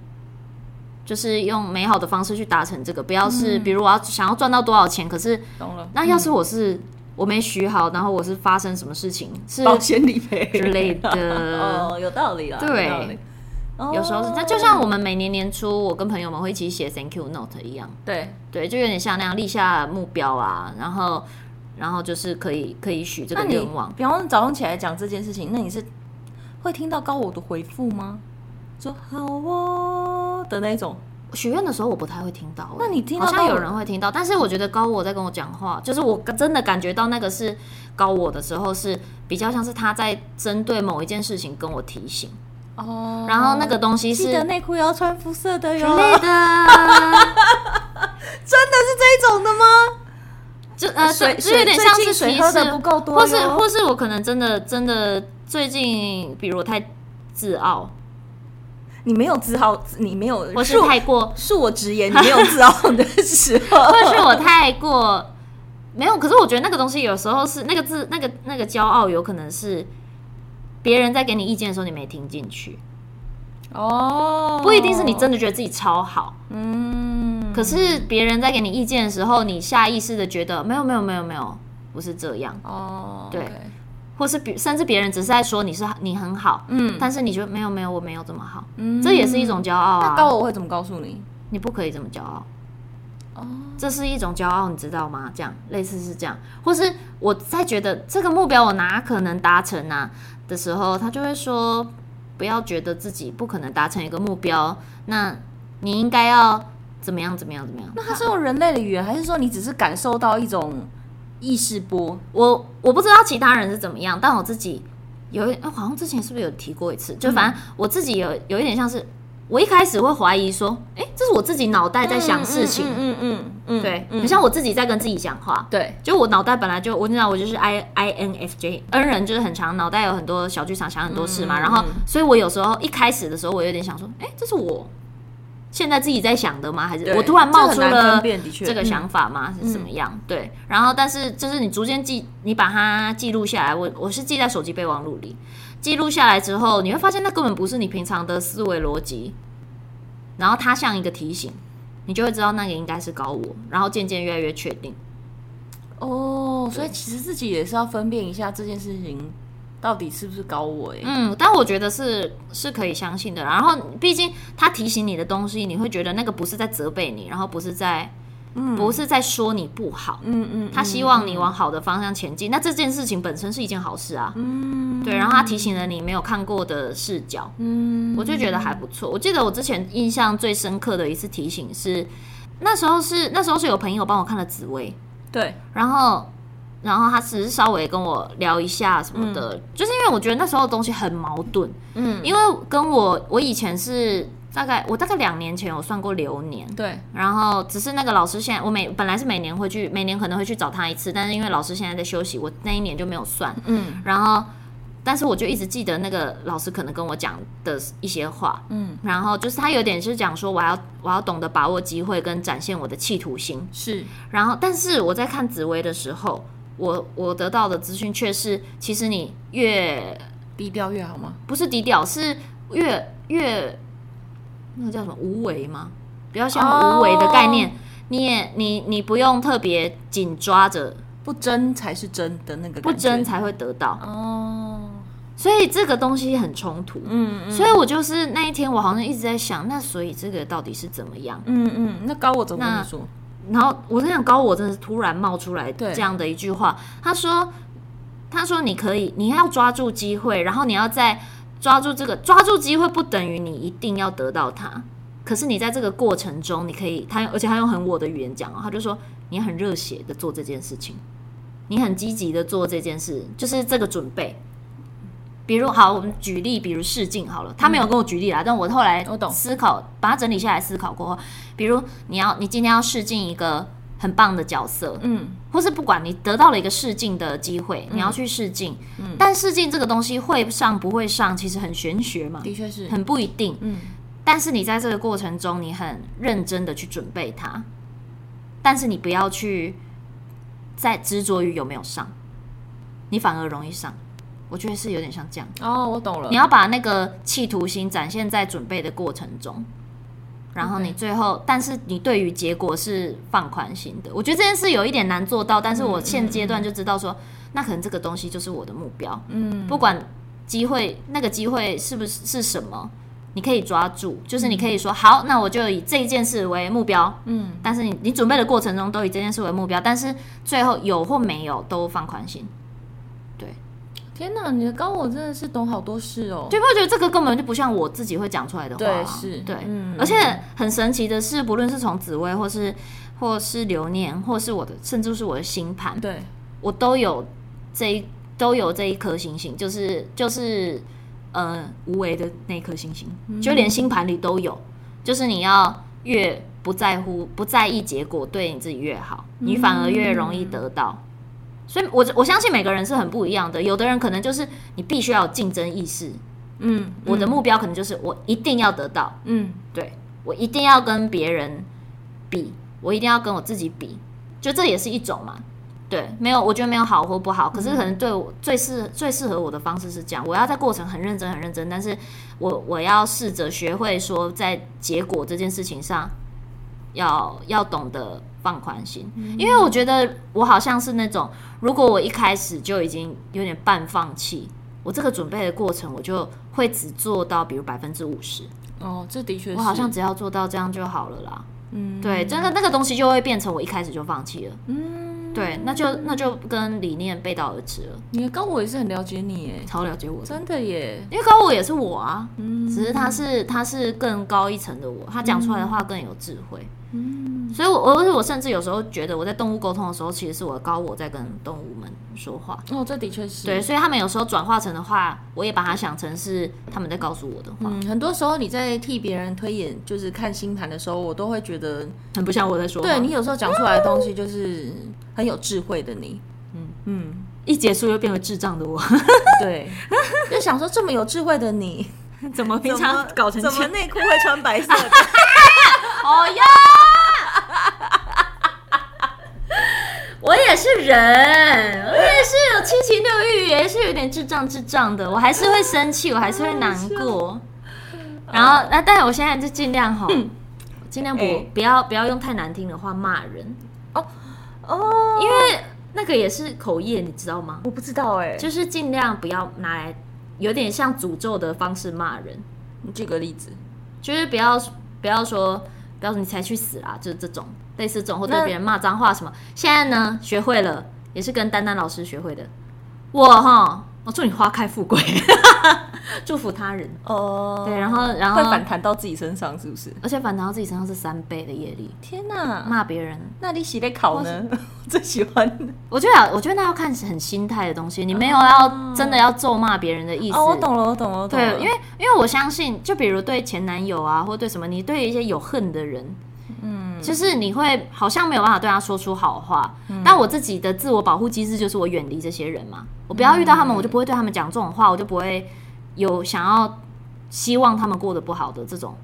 [SPEAKER 2] 就是用美好的方式去达成这个，不要是、
[SPEAKER 3] 嗯
[SPEAKER 2] 比如我要想要赚到多少钱，可是
[SPEAKER 3] 懂了。
[SPEAKER 2] 那要是我是、我没许好，然后我是发生什么事情是
[SPEAKER 3] 保险理赔
[SPEAKER 2] 之类的，
[SPEAKER 3] [LAUGHS] 哦，有道理啦，
[SPEAKER 2] 对
[SPEAKER 3] 有道理。哦
[SPEAKER 2] 有时候是那就像我们每年年初，我跟朋友们会一起写 thank you note 一样，
[SPEAKER 3] 对
[SPEAKER 2] 对，就有点像那样立下目标啊，然后然后就是可以可以许这
[SPEAKER 3] 那
[SPEAKER 2] 个
[SPEAKER 3] 你
[SPEAKER 2] 愿望。
[SPEAKER 3] 比方说早上起来讲这件事情，那你是会听到高我的回复吗？说好哦的那种，
[SPEAKER 2] 许愿的时候我不太会听到欸，
[SPEAKER 3] 那你听到
[SPEAKER 2] 好像
[SPEAKER 3] 高
[SPEAKER 2] 有
[SPEAKER 3] 我
[SPEAKER 2] 人会听到，但是我觉得高我在跟我讲话，就是我真的感觉到那个是高我的时候，是比较像是他在针对某一件事情跟我提醒。
[SPEAKER 3] 哦，
[SPEAKER 2] 然后那个东西
[SPEAKER 1] 记
[SPEAKER 2] 是
[SPEAKER 1] 得内裤也要穿肤色的
[SPEAKER 2] 之
[SPEAKER 1] 哟。
[SPEAKER 2] 类的，
[SPEAKER 1] 真的是这一种的吗？
[SPEAKER 2] 就呃，
[SPEAKER 1] 水
[SPEAKER 2] 就就有点
[SPEAKER 1] 水
[SPEAKER 2] 像
[SPEAKER 1] 最
[SPEAKER 2] 是
[SPEAKER 1] 近水
[SPEAKER 2] 提
[SPEAKER 1] 喝得
[SPEAKER 2] 示，
[SPEAKER 1] 不够多
[SPEAKER 2] 或是
[SPEAKER 1] 哟
[SPEAKER 2] 或是我可能真的真的最近，比如我太自傲，
[SPEAKER 1] 你没有自豪，你没有，
[SPEAKER 2] 或是
[SPEAKER 1] 恕
[SPEAKER 2] 太
[SPEAKER 1] [LAUGHS]
[SPEAKER 2] 过，
[SPEAKER 1] 恕我直言，你没有自
[SPEAKER 2] [LAUGHS]
[SPEAKER 1] 傲的时候。
[SPEAKER 2] 或是我太过没有。可是我觉得那个东西有时候是那个自那个那个骄傲，有可能是别人在给你意见的时候你没听进去，
[SPEAKER 3] [LAUGHS] 哦，
[SPEAKER 2] 不一定是你真的觉得自己超好，
[SPEAKER 3] 嗯，
[SPEAKER 2] 可是别人在给你意见的时候，你下意识的觉得没有没有没有没有，不是这样。
[SPEAKER 3] 哦，
[SPEAKER 2] 对
[SPEAKER 3] OK
[SPEAKER 2] 或是比甚至别人只是在说你是你很好，
[SPEAKER 3] 嗯
[SPEAKER 2] 但是你觉得没有没有我没有这么好，
[SPEAKER 3] 嗯
[SPEAKER 2] 这也是一种骄傲
[SPEAKER 3] 那高
[SPEAKER 2] 啊，
[SPEAKER 3] 我会怎么告诉你？
[SPEAKER 2] 你不可以这么骄傲，
[SPEAKER 3] 哦，
[SPEAKER 2] 这是一种骄傲，你知道吗？这样类似是这样，或是我在觉得这个目标我哪可能达成啊的时候，他就会说不要觉得自己不可能达成一个目标，那你应该要怎么样怎么样怎么样？
[SPEAKER 3] 那他是用人类的语言，还是说你只是感受到一种意识波？
[SPEAKER 2] 我我不知道其他人是怎么样，但我自己有一，呃好像之前是不是有提过一次？
[SPEAKER 3] 嗯
[SPEAKER 2] 就反正我自己有有一点像是，我一开始会怀疑说，哎、这是我自己脑袋在想事情，
[SPEAKER 3] 嗯嗯嗯，
[SPEAKER 2] 对，
[SPEAKER 3] 嗯
[SPEAKER 2] 很像我自己在跟自己讲话。
[SPEAKER 3] 对，
[SPEAKER 2] 就我脑袋本来就，我知道我就是 I I N F J N 人，就是很长，脑袋有很多小剧场，想很多事嘛。
[SPEAKER 3] 嗯
[SPEAKER 2] 然后
[SPEAKER 3] 嗯，
[SPEAKER 2] 所以我有时候一开始的时候，我有点想说，哎、这是我现在自己在想的吗？还是
[SPEAKER 3] 对
[SPEAKER 2] 我突然冒出
[SPEAKER 3] 这很难
[SPEAKER 2] 了
[SPEAKER 3] 分辨的确嗯
[SPEAKER 2] 这个想法吗？是怎么样？对。然后，但是就是你逐渐记，你把它记录下来。我我是记在手机备忘录里，记录下来之后，你会发现那根本不是你平常的思维逻辑，然后它像一个提醒。你就会知道那个应该是高我，然后渐渐越来越确定。
[SPEAKER 3] 哦，所以其实自己也是要分辨一下这件事情到底是不是高我哎、
[SPEAKER 2] 嗯，但我觉得是是可以相信的。然后，毕竟他提醒你的东西，你会觉得那个不是在责备你，然后不是在，不是在说你不好，
[SPEAKER 3] 嗯嗯，
[SPEAKER 2] 他希望你往好的方向前进。那这件事情本身是一件好事啊，
[SPEAKER 3] 嗯
[SPEAKER 2] 对。然后他提醒了你没有看过的视角，
[SPEAKER 3] 嗯，
[SPEAKER 2] 我就觉得还不错。我记得我之前印象最深刻的一次提醒是，那时候是那时候是有朋友帮我看了紫薇，
[SPEAKER 3] 对，
[SPEAKER 2] 然后，然后他只是稍微跟我聊一下什么的，就是因为我觉得那时候的东西很矛盾，
[SPEAKER 3] 嗯，
[SPEAKER 2] 因为跟我我以前是大概我大概两年前有算过流年，
[SPEAKER 3] 对，
[SPEAKER 2] 然后只是那个老师现在我每本来是每年会去，每年可能会去找他一次，但是因为老师现在在休息，我那一年就没有算，
[SPEAKER 3] 嗯
[SPEAKER 2] 然后。但是我就一直记得那个老师可能跟我讲的一些话，
[SPEAKER 3] 嗯，
[SPEAKER 2] 然后就是他有点是讲说我要我要懂得把握机会跟展现我的企图心，
[SPEAKER 3] 是
[SPEAKER 2] 然后，但是我在看紫薇的时候，我我得到的资讯却是，其实你越
[SPEAKER 3] 低调越好吗？
[SPEAKER 2] 不是低调，是越越那个叫什么无为吗？比较像无为的概念，
[SPEAKER 3] 哦
[SPEAKER 2] 你也你你不用特别紧抓着，
[SPEAKER 3] 不争才是真的那个感觉，
[SPEAKER 2] 不争才会得到，
[SPEAKER 3] 哦，
[SPEAKER 2] 所以这个东西很冲突。
[SPEAKER 3] 嗯嗯
[SPEAKER 2] 所以我就是那一天，我好像一直在想，那所以这个到底是怎么样？
[SPEAKER 3] 嗯嗯，那高我怎么跟
[SPEAKER 2] 那
[SPEAKER 3] 你说？
[SPEAKER 2] 然后我在想，高我真的是突然冒出来
[SPEAKER 3] 对
[SPEAKER 2] 这样的一句话，他说：“他说你可以，你要抓住机会，然后你要在抓住这个抓住机会，不等于你一定要得到它。可是你在这个过程中，你可以他，而且他用很我的语言讲哦，他就说你很热血的做这件事情，你很积极的做这件事，就是这个准备。”比如好，我们举例，比如试镜好了，他没有跟我举例啦，但我后来
[SPEAKER 3] 嗯我懂
[SPEAKER 2] 思考，把它整理下来思考过后，比如你要你今天要试镜一个很棒的角色，
[SPEAKER 3] 嗯，
[SPEAKER 2] 或是不管你得到了一个试镜的机会，你要去试镜，
[SPEAKER 3] 嗯
[SPEAKER 2] 但试镜这个东西会上不会上，其实很玄学嘛，
[SPEAKER 3] 的确是，
[SPEAKER 2] 很不一定。
[SPEAKER 3] 嗯，
[SPEAKER 2] 但是你在这个过程中，你很认真的去准备它，但是你不要去再执着于有没有上，你反而容易上。我觉得是有点像这样。
[SPEAKER 3] 哦，我懂了，
[SPEAKER 2] 你要把那个企图心展现在准备的过程中，然后
[SPEAKER 3] OK
[SPEAKER 2] 你最后，但是你对于结果是放宽心的。我觉得这件事有一点难做到，但是我现阶段就知道说，那可能这个东西就是我的目标，
[SPEAKER 3] 嗯
[SPEAKER 2] 不管机会那个机会是不是是什么。你可以抓住，就是你可以说好，那我就以这件事为目标。
[SPEAKER 3] 嗯，
[SPEAKER 2] 但是你你准备的过程中都以这件事为目标，但是最后有或没有都放宽心。对，
[SPEAKER 3] 天哪，你的高我真的是懂好多事哦，
[SPEAKER 2] 就会觉得这个根本就不像我自己会讲出来的话、
[SPEAKER 3] 对
[SPEAKER 2] 啊，
[SPEAKER 3] 是
[SPEAKER 2] 对，
[SPEAKER 3] 嗯
[SPEAKER 2] 而且很神奇的是，不论是从紫薇，或是或是流年，或是我的，甚至是我的星盘，
[SPEAKER 3] 对，
[SPEAKER 2] 我都有这一都有这一颗星星，就是就是呃无为的那颗星星，
[SPEAKER 3] 嗯
[SPEAKER 2] 就连星盘里都有，就是你要越不在乎、不在意结果，对你自己越好，你反而越容易得到。
[SPEAKER 3] 嗯
[SPEAKER 2] 所以我，我相信每个人是很不一样的。有的人可能就是你必须要有竞争意识，
[SPEAKER 3] 嗯
[SPEAKER 2] 我的目标可能就是我一定要得到，
[SPEAKER 3] 嗯
[SPEAKER 2] 对我一定要跟别人比，我一定要跟我自己比，就这也是一种嘛。对，没有，我觉得没有好或不好，可是可能对我最适最适合我的方式是这样，我要在过程很认真很认真，但是我我要试着学会说，在结果这件事情上要要懂得放宽心，因为我觉得我好像是那种，如果我一开始就已经有点半放弃，我这个准备的过程我就会只做到比如百分之五十，
[SPEAKER 3] 哦，这的确是
[SPEAKER 2] 我好像只要做到这样就好了啦。
[SPEAKER 3] 嗯
[SPEAKER 2] 对，真的那个东西就会变成我一开始就放弃了。
[SPEAKER 3] 嗯，
[SPEAKER 2] 对，那就那就跟理念背道而驰了。
[SPEAKER 3] 你的高我也是很了解你哎，
[SPEAKER 2] 超了解我的，
[SPEAKER 3] 真的耶，
[SPEAKER 2] 因为高我也是我啊，
[SPEAKER 3] 嗯
[SPEAKER 2] 只是他是他是更高一层的我，他讲出来的话更有智慧。
[SPEAKER 3] 嗯
[SPEAKER 2] 所以我，我我我甚至有时候觉得我在动物沟通的时候，其实是我的高我在跟动物们说话。
[SPEAKER 3] 哦，这的确是
[SPEAKER 2] 对，所以他们有时候转化成的话，我也把它想成是他们在告诉我的话，
[SPEAKER 1] 嗯，很多时候你在替别人推演，就是看星盘的时候，我都会觉得，
[SPEAKER 2] 很不像我在说话。
[SPEAKER 1] 对你有时候讲出来的东西，就是很有智慧的你。嗯嗯，
[SPEAKER 2] 一结束又变为智障的我，
[SPEAKER 1] 对， [LAUGHS] 就想说这么有智慧的
[SPEAKER 3] [LAUGHS]
[SPEAKER 1] 你，
[SPEAKER 2] 怎么平常搞成这
[SPEAKER 1] 怎么
[SPEAKER 2] 样？
[SPEAKER 1] 内裤会穿白色的？
[SPEAKER 2] 哦呀！ [LAUGHS] 我也是人，我也是有七情六欲，也是有点智障智障的，我还是会生气，我还是会难过。然后，那但我现在就尽量哈，尽量不、
[SPEAKER 3] 哎
[SPEAKER 2] 不要不要用太难听的话骂人，
[SPEAKER 3] 哦，
[SPEAKER 2] 因为那个也是口业，你知道吗？
[SPEAKER 3] 我不知道哎，
[SPEAKER 2] 就是尽量不要拿来有点像诅咒的方式骂人，
[SPEAKER 1] 你举个例子，
[SPEAKER 2] 就是不要不要说，不要说你才去死啦，就是这种类似这种，或对
[SPEAKER 3] 那
[SPEAKER 2] 别人骂脏话什么。现在呢，学会了，也是跟丹丹老师学会的。我哈，我祝你花开富贵， [LAUGHS] 祝福他人。
[SPEAKER 3] 哦，
[SPEAKER 2] 对，然后然
[SPEAKER 3] 会
[SPEAKER 2] 后
[SPEAKER 3] 反，弹到自己身上是不是？
[SPEAKER 2] 而且反弹到自己身上是三倍的业力，
[SPEAKER 3] 天哪，
[SPEAKER 2] 骂别人。
[SPEAKER 3] 那你洗得考呢？我 [LAUGHS] 最喜欢
[SPEAKER 2] 我觉得，我觉得那要看很心态的东西，你没有要真的要咒骂别人的意
[SPEAKER 3] 嗯
[SPEAKER 2] 思。
[SPEAKER 3] 哦，我懂了，我懂了，我懂
[SPEAKER 2] 对
[SPEAKER 3] 了，，
[SPEAKER 2] 因为因为我相信，就比如对前男友啊，或对什么，你对一些有恨的人，嗯，就是你会好像没有办法对他说出好话。
[SPEAKER 3] 嗯
[SPEAKER 2] 但我自己的自我保护机制就是我远离这些人嘛，我不要遇到
[SPEAKER 3] 嗯
[SPEAKER 2] 他们，我就不会对他们讲这种话，我就不会有想要希望他们过得不好的这种。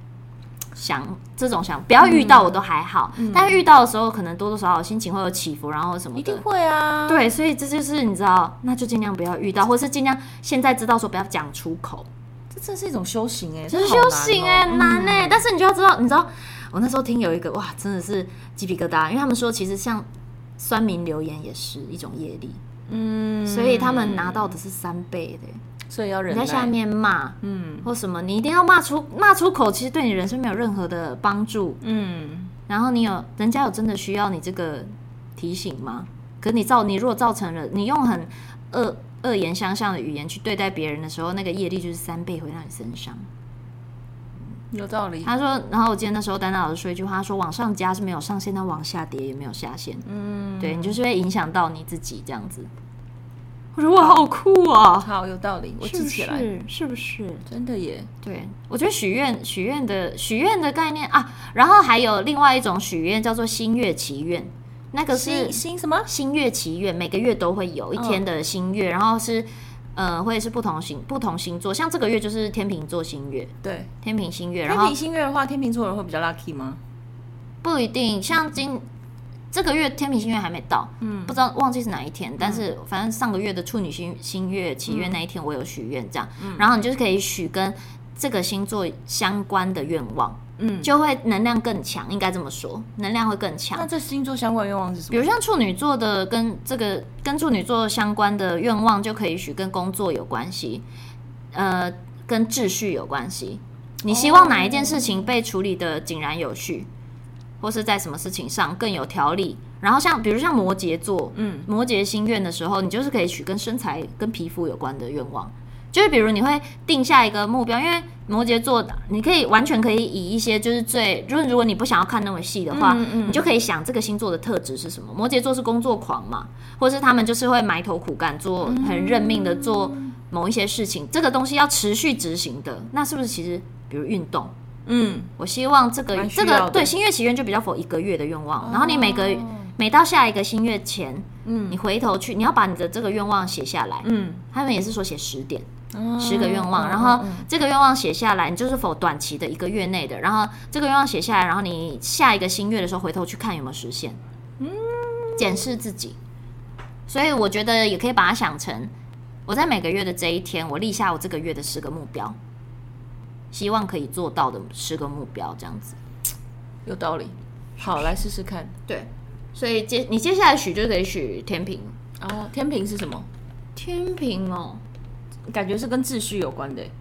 [SPEAKER 2] 想这种想不要遇到我都还好，但是遇到的时候可能多多少少心情会有起伏，然后什么
[SPEAKER 3] 嗯
[SPEAKER 2] 的，
[SPEAKER 3] 一定会啊，
[SPEAKER 2] 对，所以这就是你知道，那就尽量不要遇到，或是尽量现在知道说不要讲出口，
[SPEAKER 3] 这真是一种修行哎，
[SPEAKER 2] 这是
[SPEAKER 3] 好难
[SPEAKER 2] 修
[SPEAKER 3] 哦嗯
[SPEAKER 2] 行哎、很难哎、但是你就要知道，你知道我那时候听有一个哇，真的是鸡皮疙瘩，因为他们说其实像酸民留言也是一种业力，
[SPEAKER 3] 嗯，
[SPEAKER 2] 所以他们拿到的是三倍的欸、
[SPEAKER 3] 所以要忍
[SPEAKER 2] 你
[SPEAKER 3] 耐
[SPEAKER 2] 在下，面骂
[SPEAKER 3] 嗯
[SPEAKER 2] 或什么，你一定要骂出骂出口，其实对你人生没有任何的帮助。
[SPEAKER 3] 嗯，
[SPEAKER 2] 然后你有人家有真的需要你这个提醒吗？可你造你如果造成了你用很恶恶言相向的语言去对待别人的时候，那个业力就是三倍回到你身上。
[SPEAKER 3] 有道理，
[SPEAKER 2] 他说，然后我记得那时候丹丹老师说一句话，他说往上加是没有上限，但往下跌也没有下限。
[SPEAKER 3] 嗯，
[SPEAKER 2] 对你就是会影响到你自己这样子。我说哇，好酷啊！
[SPEAKER 3] 好有道理，我
[SPEAKER 2] 是
[SPEAKER 3] 记
[SPEAKER 2] 不
[SPEAKER 3] 起来，
[SPEAKER 2] 是？是不是？
[SPEAKER 3] 真的耶，
[SPEAKER 2] 对，我觉得许愿、许愿的许愿的概念啊，然后还有另外一种许愿叫做星月祈愿，那个
[SPEAKER 3] 新
[SPEAKER 2] 是
[SPEAKER 3] 新什么？
[SPEAKER 2] 星月祈愿，每个月都会有一天的星月，然后是呃，会是不同星不同星座，像这个月就是天秤座星月，
[SPEAKER 3] 对，
[SPEAKER 2] 天秤星月，然
[SPEAKER 3] 天
[SPEAKER 2] 后
[SPEAKER 3] 平星月的话，天秤座人会比较 lucky 吗？
[SPEAKER 2] 不一定像今这个月天秤星月还没到，嗯，不知道忘记是哪一天，但是反正上个月的处女星星月祈愿那一天我有许愿这样，然后你就是可以许跟这个星座相关的愿望，
[SPEAKER 3] 嗯，
[SPEAKER 2] 就会能量更强，应该这么说，能量会更强
[SPEAKER 3] 那。这星座相关愿望是什
[SPEAKER 2] 比
[SPEAKER 3] 么？
[SPEAKER 2] 如像处女座的跟这个跟处女座相关的愿望，就可以许跟工作有关系，呃，跟秩序有关系。你希望哪一件事情被处理的井然有序，或是在什么事情上更有条理？然后像比如像摩羯座，
[SPEAKER 3] 嗯，
[SPEAKER 2] 摩羯心愿的时候，你就是可以许跟身材、跟皮肤有关的愿望。就是比如你会定下一个目标，因为摩羯座你可以完全可以以一些就是最，就是如果你不想要看那么细的话，
[SPEAKER 3] 嗯嗯
[SPEAKER 2] 你就可以想这个星座的特质是什么。摩羯座是工作狂嘛，或是他们就是会埋头苦干，做很认命的做某一些事情，这个东西要持续执行的，那是不是其实比如运动？
[SPEAKER 3] 嗯，
[SPEAKER 2] 我希望这个
[SPEAKER 3] 蛮需
[SPEAKER 2] 这
[SPEAKER 3] 要
[SPEAKER 2] 个
[SPEAKER 3] 的哦
[SPEAKER 2] 对新月祈愿就比较否一个月的愿望，然后你每个每到下一个新月前，嗯，你回头去，你要把你的这个愿望写下来，
[SPEAKER 3] 嗯，
[SPEAKER 2] 他们也是说写十点，
[SPEAKER 3] 哦嗯
[SPEAKER 2] 十个愿望，然后这个愿望写下来，你就是否短期的一个月内的，然后这个愿望写下来，然后你下一个新月的时候回头去看有没有实现，嗯，检视自己，所以我觉得也可以把它想成，我在每个月的这一天，我立下我这个月的十个目标，希望可以做到的十个目标，这样子。
[SPEAKER 3] 嗯有道理。好，来试试看。
[SPEAKER 2] 对，所以接你接下来许就得许天平，
[SPEAKER 3] 哦，天平是什么？
[SPEAKER 2] 天平哦，
[SPEAKER 3] 感觉是跟秩序有关的欸。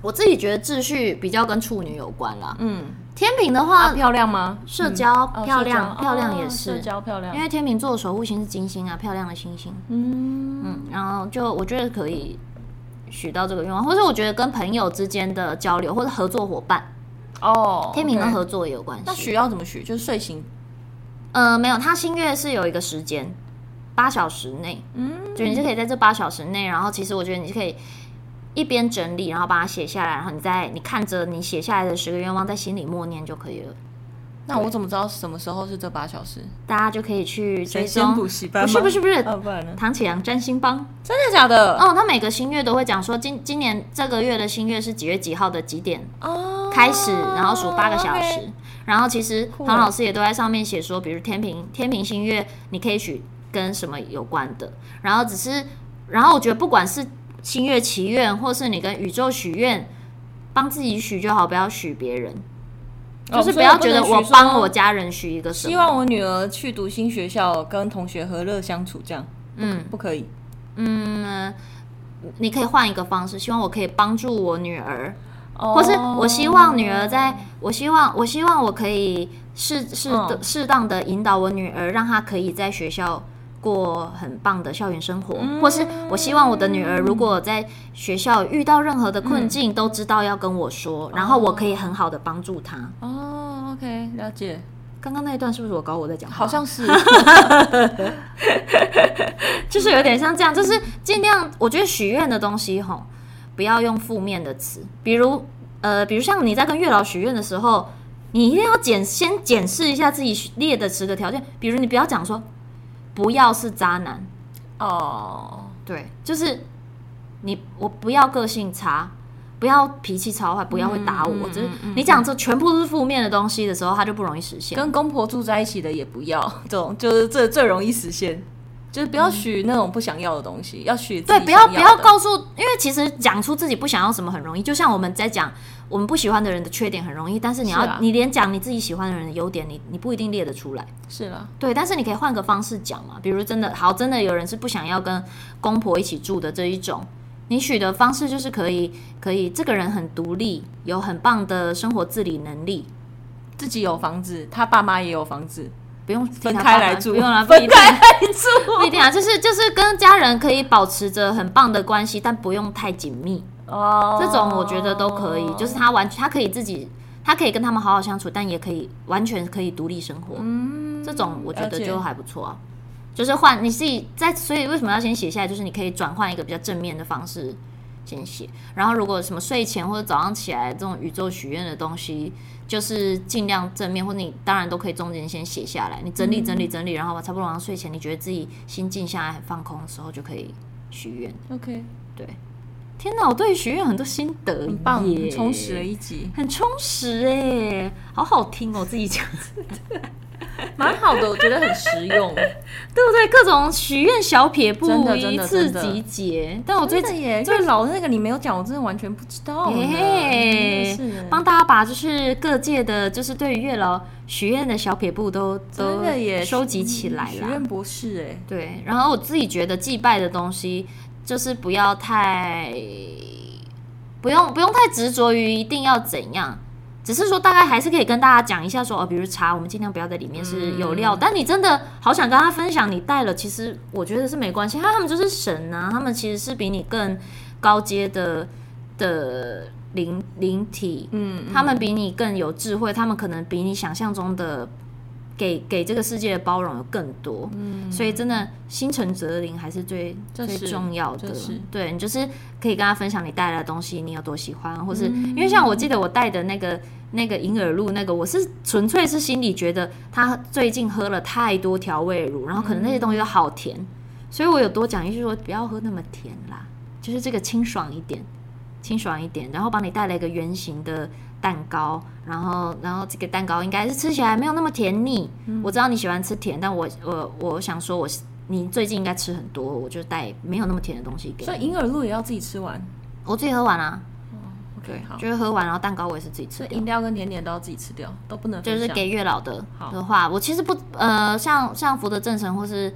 [SPEAKER 2] 我自己觉得秩序比较跟处女有关啦。啊
[SPEAKER 3] 嗯，
[SPEAKER 2] 天平的话，
[SPEAKER 3] 漂亮吗？
[SPEAKER 2] 社交
[SPEAKER 3] 哦
[SPEAKER 2] 漂亮
[SPEAKER 3] 社交
[SPEAKER 2] 漂亮
[SPEAKER 3] 哦
[SPEAKER 2] 也是
[SPEAKER 3] 社交漂亮，
[SPEAKER 2] 因为天秤座的守护星是金星啊，漂亮的星星。
[SPEAKER 3] 嗯
[SPEAKER 2] 嗯，然后就我觉得可以许到这个愿望，或者我觉得跟朋友之间的交流，或者合作伙伴，
[SPEAKER 3] 哦，
[SPEAKER 2] 天秤跟
[SPEAKER 3] OK
[SPEAKER 2] 合作也有关系。
[SPEAKER 3] 那许要怎么许？就是睡醒，
[SPEAKER 2] 呃，没有，它新月是有一个时间，八小时内，
[SPEAKER 3] 嗯，
[SPEAKER 2] 就你就可以在这八小时内，然后其实我觉得你是可以一边整理，然后把它写下来，然后你再你看着你写下来的十个愿望，在心里默念就可以了。
[SPEAKER 3] 那我怎么知道什么时候是这八小时？
[SPEAKER 2] 大家就可以去追
[SPEAKER 3] 神仙
[SPEAKER 2] 踪，
[SPEAKER 3] 补习班
[SPEAKER 2] 不是不是不是，
[SPEAKER 3] 哦，不然呢？
[SPEAKER 2] 唐启阳占星帮。
[SPEAKER 3] 真的假的？
[SPEAKER 2] 哦，他每个新月都会讲说，今今年这个月的新月是几月几号的几点
[SPEAKER 3] 哦，
[SPEAKER 2] 开始，然后数八个小
[SPEAKER 3] OK
[SPEAKER 2] 时。然后其实
[SPEAKER 3] 酷
[SPEAKER 2] 唐老师也都在上面写说，比如天平天平新月，你可以许跟什么有关的。然后只是，然后我觉得不管是新月祈愿，或是你跟宇宙许愿，帮自己许就好，不要许别人，
[SPEAKER 3] 哦
[SPEAKER 2] 就是
[SPEAKER 3] 所
[SPEAKER 2] 不
[SPEAKER 3] 以
[SPEAKER 2] 要
[SPEAKER 3] 我
[SPEAKER 2] 觉得
[SPEAKER 3] 能许
[SPEAKER 2] 我
[SPEAKER 3] 说
[SPEAKER 2] 帮我家人许一个什
[SPEAKER 3] 希
[SPEAKER 2] 么。
[SPEAKER 3] 望我女儿去读新学校，跟同学和乐相处，这样
[SPEAKER 2] 嗯
[SPEAKER 3] 不可以。
[SPEAKER 2] 嗯，你可以换一个方式，希望我可以帮助我女儿。
[SPEAKER 3] 或
[SPEAKER 2] 或是
[SPEAKER 3] 哦
[SPEAKER 2] 我希望女儿在，我希望我希望我可以适适的
[SPEAKER 3] 嗯
[SPEAKER 2] 适当的引导我女儿，让她可以在学校过很棒的校园生活，或是我希望我的女儿如果在学校遇到任何的困境，都知道要跟我说，然后我可以很好的帮助她。
[SPEAKER 3] 哦，OK，了解，
[SPEAKER 2] 刚刚那一段是不是我搞我在讲话？
[SPEAKER 3] 好像
[SPEAKER 2] [LAUGHS]
[SPEAKER 3] 是
[SPEAKER 2] 就是有点像这样，就是尽量我觉得许愿的东西吼，不要用负面的词，比如呃，比如像你在跟月老许愿的时候，你一定要检先检视一下自己列的十个条件，比如你不要讲说不要是渣男，
[SPEAKER 3] 哦，
[SPEAKER 2] 对，就是你我不要个性差。不要脾气超坏，不要会打我，
[SPEAKER 3] 嗯嗯
[SPEAKER 2] 就是
[SPEAKER 3] 嗯嗯
[SPEAKER 2] 你讲这全部都是负面的东西的时候，它就不容易实现。
[SPEAKER 3] 跟公婆住在一起的也不要， [LAUGHS] 这种就是这最容易实现，就是不要许那种不想要的东西，要许自己
[SPEAKER 2] 嗯对，不要
[SPEAKER 3] 想
[SPEAKER 2] 不要
[SPEAKER 3] 的
[SPEAKER 2] 告诉，因为其实讲出自己不想要什么很容易，就像我们在讲我们不喜欢的人的缺点很容易，但是你要、
[SPEAKER 3] 是啊
[SPEAKER 2] 你连讲你自己喜欢的人的优点，你你不一定列得出来。
[SPEAKER 3] 是啦，
[SPEAKER 2] 对，但是你可以换个方式讲嘛，比如真的好，真的有人是不想要跟公婆一起住的这一种，你许的方式就是可以可以，这个人很独立，有很棒的生活自理能力，
[SPEAKER 3] 自己有房子，他爸妈也有房子，
[SPEAKER 2] 不用替他
[SPEAKER 3] 分
[SPEAKER 2] 爸
[SPEAKER 3] 开
[SPEAKER 2] 妈
[SPEAKER 3] 来住，
[SPEAKER 2] 不用了，不一
[SPEAKER 3] 分
[SPEAKER 2] 定
[SPEAKER 3] 开 [LAUGHS] 来住，
[SPEAKER 2] 不一定啊，就是就是跟家人可以保持着很棒的关系，但不用太紧密。
[SPEAKER 3] 哦，
[SPEAKER 2] 这种我觉得都可以，就是他完他可以自己，他可以跟他们好好相处，但也可以完全可以独立生活。
[SPEAKER 3] 嗯，
[SPEAKER 2] 这种我觉
[SPEAKER 3] 了
[SPEAKER 2] 得
[SPEAKER 3] 解
[SPEAKER 2] 就还不错啊。就是换你自己在，所以为什么要先写下来？就是你可以转换一个比较正面的方式先写。然后如果什么睡前或者早上起来这种宇宙许愿的东西，就是尽量正面，或者你当然都可以中间先写下来，你整理整理整理，然后差不多晚上睡前你觉得自己心静下来很放空的时候就可以许愿。
[SPEAKER 3] OK，
[SPEAKER 2] 对，天哪，我对许愿很多心得耶，
[SPEAKER 3] 很棒，很充实了一集，
[SPEAKER 2] 很充实哎、好好听哦，自己讲， [LAUGHS]
[SPEAKER 3] 蛮好的，我觉得很实 [LAUGHS] 用。
[SPEAKER 2] 对不对？各种许愿小撇步
[SPEAKER 3] 真的真
[SPEAKER 2] 一
[SPEAKER 3] 的
[SPEAKER 2] 次
[SPEAKER 3] 真的
[SPEAKER 2] 集结，但我最
[SPEAKER 3] 真的
[SPEAKER 2] 近
[SPEAKER 3] 耶，最老的那个你没有讲，我真的完全不知道嗯呢。
[SPEAKER 2] 哎
[SPEAKER 3] 真的是
[SPEAKER 2] 帮大家把就是各界的，就是对于月老许愿的小撇步都
[SPEAKER 3] 真
[SPEAKER 2] 都
[SPEAKER 3] 的耶嗯
[SPEAKER 2] 收集起来
[SPEAKER 3] 许
[SPEAKER 2] 啦
[SPEAKER 3] 愿。博士哎，
[SPEAKER 2] 对，然后我自己觉得祭拜的东西就是不要太，不用不用太执着于一定要怎样，只是说大概还是可以跟大家讲一下说哦，比如茶我们尽量不要在里面是有料，但你真的好想跟他分享你带了，其实我觉得是没关系，他他们就是神啊，他们其实是比你更高阶的的灵灵体，
[SPEAKER 3] 嗯，
[SPEAKER 2] 他们比你更有智慧，他们可能比你想象中的给给这个世界的包容有更多。嗯，所以真的心诚则灵还是最最
[SPEAKER 1] 是
[SPEAKER 2] 重要的
[SPEAKER 1] 这是。
[SPEAKER 2] 对你就是可以跟他分享你带来的东西，你有多喜欢，或是、
[SPEAKER 1] 嗯
[SPEAKER 2] 因为像我记得我带的那个。那个银耳露，那个我是纯粹是心里觉得他最近喝了太多调味乳，然后可能那些东西都好甜，所以我有多讲一句说不要喝那么甜啦，就是这个清爽一点，清爽一点，然后帮你带了一个圆形的蛋糕，然后然后这个蛋糕应该是吃起来没有那么甜腻。
[SPEAKER 3] 嗯
[SPEAKER 2] 我知道你喜欢吃甜，但我我我想说我，你最近应该吃很多，我就带没有那么甜的东西给
[SPEAKER 3] 所以
[SPEAKER 2] 你。
[SPEAKER 3] 银耳露也要自己吃完。
[SPEAKER 2] 我自己喝完啦、
[SPEAKER 3] OK，好，
[SPEAKER 2] 就是喝完，然后蛋糕我也是自己吃
[SPEAKER 3] 所以
[SPEAKER 2] 掉
[SPEAKER 3] 饮。料跟甜点都要自己吃掉，都不能分
[SPEAKER 2] 就
[SPEAKER 3] 享
[SPEAKER 2] 是给月老的的话，我其实不呃，像像福德正神或是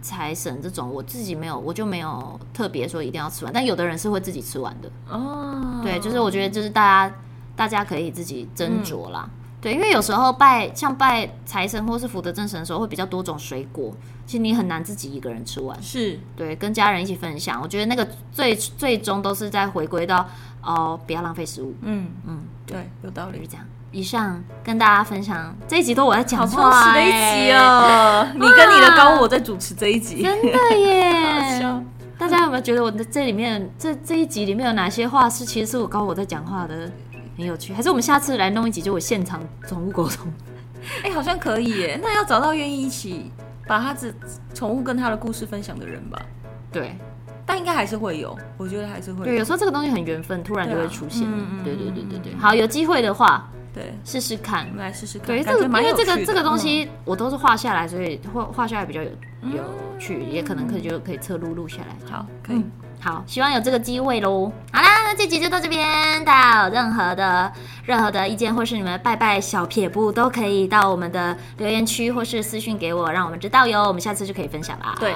[SPEAKER 2] 财神这种，我自己没有，我就没有特别说一定要吃完，但有的人是会自己吃完的。
[SPEAKER 3] 哦，
[SPEAKER 2] 对，就是我觉得就是大家大家可以自己斟酌啦。
[SPEAKER 3] 嗯
[SPEAKER 2] 对，因为有时候拜像拜财神或是福德正神的时候，会比较多种水果，其实你很难自己一个人吃完。
[SPEAKER 3] 是
[SPEAKER 2] 对，跟家人一起分享，我觉得那个最最终都是在回归到哦，不要浪费食物。
[SPEAKER 3] 嗯
[SPEAKER 2] 嗯，
[SPEAKER 3] 对，有道
[SPEAKER 2] 就是
[SPEAKER 3] 理。
[SPEAKER 2] 这样。以上跟大家分享这一集都我在
[SPEAKER 3] 好
[SPEAKER 2] 讲
[SPEAKER 3] 充
[SPEAKER 2] 话、
[SPEAKER 3] 实的
[SPEAKER 2] 欸，
[SPEAKER 3] 一集！哦！你跟你的高我在主持这一集，
[SPEAKER 2] 哎真的
[SPEAKER 3] [LAUGHS] 好笑
[SPEAKER 2] 耶！大家有没有觉得我的这里面这这一集里面有哪些话是其实是我高我在讲话的，很有趣？还是我们下次来弄一集，就我现场宠物沟通？
[SPEAKER 3] 哎，好像可以耶。那要找到愿意一起把他的宠物跟他的故事分享的人吧，
[SPEAKER 2] [LAUGHS] 对
[SPEAKER 3] 但应该还是会有，我觉得还是会
[SPEAKER 2] 对，有
[SPEAKER 3] 有。
[SPEAKER 2] 时候这个东西很缘分，突然就
[SPEAKER 3] 对啊
[SPEAKER 2] 会出现。
[SPEAKER 3] 嗯嗯
[SPEAKER 2] 对对对
[SPEAKER 3] 嗯
[SPEAKER 2] 对
[SPEAKER 3] 嗯
[SPEAKER 2] 对，好，有机会的话
[SPEAKER 3] 对，
[SPEAKER 2] 试试看
[SPEAKER 3] 我。们来试试看。
[SPEAKER 2] 对，这
[SPEAKER 3] 感
[SPEAKER 2] 个
[SPEAKER 3] 觉
[SPEAKER 2] 因
[SPEAKER 3] 蛮
[SPEAKER 2] 为
[SPEAKER 3] 有
[SPEAKER 2] 这个
[SPEAKER 3] 趣的嗯
[SPEAKER 2] 这个东，西我都是画下来，所以画画下来比较有有趣，也可能可以就可以侧录录下来。
[SPEAKER 3] 嗯好，可以。
[SPEAKER 2] 好，希望有这个机会喽。好啦，那这集就到这边。大家有任何的任何的意见，或是你们拜拜小撇步，都可以到我们的留言区或是私讯给我，让我们知道哟。我们下次就可以分享啦。
[SPEAKER 3] 对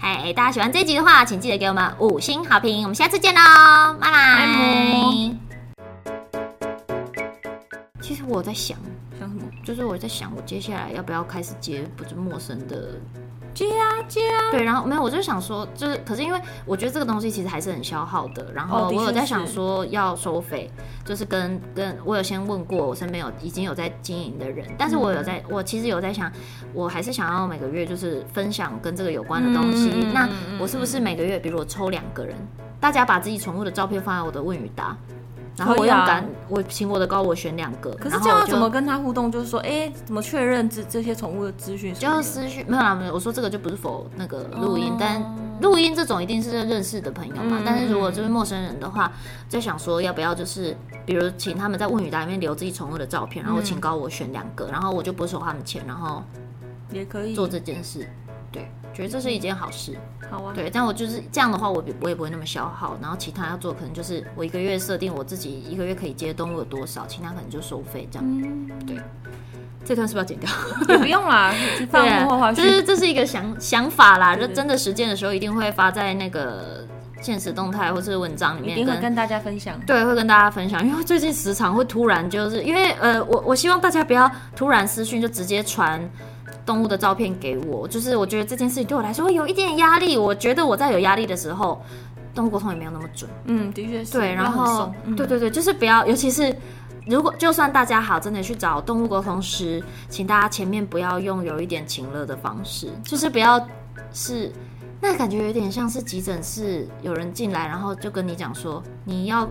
[SPEAKER 2] 哎，大家喜欢这集的话，请记得给我们五星好评。我们下次见喽，拜
[SPEAKER 3] 拜
[SPEAKER 2] 拜
[SPEAKER 3] 拜。
[SPEAKER 2] 其实我在想，
[SPEAKER 3] 想什么？
[SPEAKER 2] 就是我在想，我接下来要不要开始接不是陌生的
[SPEAKER 3] 接啊接啊！
[SPEAKER 2] 对，然后没有，我就想说，就是可是因为我觉得这个东西其实还是很消耗的，然后
[SPEAKER 3] 哦的
[SPEAKER 2] 我有
[SPEAKER 3] 确
[SPEAKER 2] 在想
[SPEAKER 3] 是
[SPEAKER 2] 说要收费，就是跟跟我有先问过我身边有已经有在经营的人，但是我
[SPEAKER 3] 嗯
[SPEAKER 2] 有在、我其实有在想，我还是想要每个月就是分享跟这个有关的东西，
[SPEAKER 3] 嗯嗯嗯
[SPEAKER 2] 那
[SPEAKER 3] 嗯
[SPEAKER 2] 我是不是每个月比如我抽两个人，大家把自己宠物的照片放在我的问与答。然后
[SPEAKER 3] 可
[SPEAKER 2] 我
[SPEAKER 3] 以
[SPEAKER 2] 用
[SPEAKER 3] 啊
[SPEAKER 2] 感，我请我的高我选两个，
[SPEAKER 3] 可是
[SPEAKER 2] 然
[SPEAKER 3] 这
[SPEAKER 2] 后
[SPEAKER 3] 样
[SPEAKER 2] 我
[SPEAKER 3] 要
[SPEAKER 2] 就
[SPEAKER 3] 怎么跟他互动？就是说，哎，怎么确认这这些宠物的资讯什么
[SPEAKER 2] 就
[SPEAKER 3] 的？
[SPEAKER 2] 是私讯没有啦，没有。我说这个就不是否那个录音，
[SPEAKER 3] 哦
[SPEAKER 2] 但录音这种一定是认识的朋友嘛。
[SPEAKER 3] 嗯
[SPEAKER 2] 但是如果就是陌生人的话，在想说要不要就是，比如请他们在问语答里面留自己宠物的照片，然后
[SPEAKER 3] 嗯
[SPEAKER 2] 我请高我选两个，然后我就不收他们钱，然后
[SPEAKER 3] 也可以
[SPEAKER 2] 做这件事。对，觉得这是一件好事。
[SPEAKER 3] 好啊。
[SPEAKER 2] 对，但我就是这样的话，我比我也不会那么消耗。然后其他要做，可能就是我一个月设定我自己一个月可以接的动物有多少，其他可能就收费这样。
[SPEAKER 3] 嗯
[SPEAKER 2] 对，这段是不是要剪掉？
[SPEAKER 3] 也不用
[SPEAKER 2] [LAUGHS]
[SPEAKER 3] 啦，放幕后花
[SPEAKER 2] 对，就
[SPEAKER 3] 絮。
[SPEAKER 2] 是这是一个想想法啦，就
[SPEAKER 3] 对
[SPEAKER 2] 真的实践的时候一定会发在那个现实动态或是文章里
[SPEAKER 3] 一
[SPEAKER 2] 面，
[SPEAKER 3] 定会跟大家分享。
[SPEAKER 2] 对，会跟大家分享，因为最近时常会突然就是因为呃，我我希望大家不要突然私讯就直接传动物的照片给我，就是我觉得这件事情对我来说会有一点压力，我觉得我在有压力的时候，动物沟通也没有那么准。
[SPEAKER 3] 嗯，的确是。
[SPEAKER 2] 对，
[SPEAKER 3] 不
[SPEAKER 2] 然
[SPEAKER 3] 要很
[SPEAKER 2] 后
[SPEAKER 3] 松、嗯
[SPEAKER 2] 对对对，就是不要，尤其是如果就算大家好，真的去找动物沟通师，请大家前面不要用有一点情乐的方式，就是不要是。那感觉有点像是急诊室有人进来，然后就跟你讲说，你要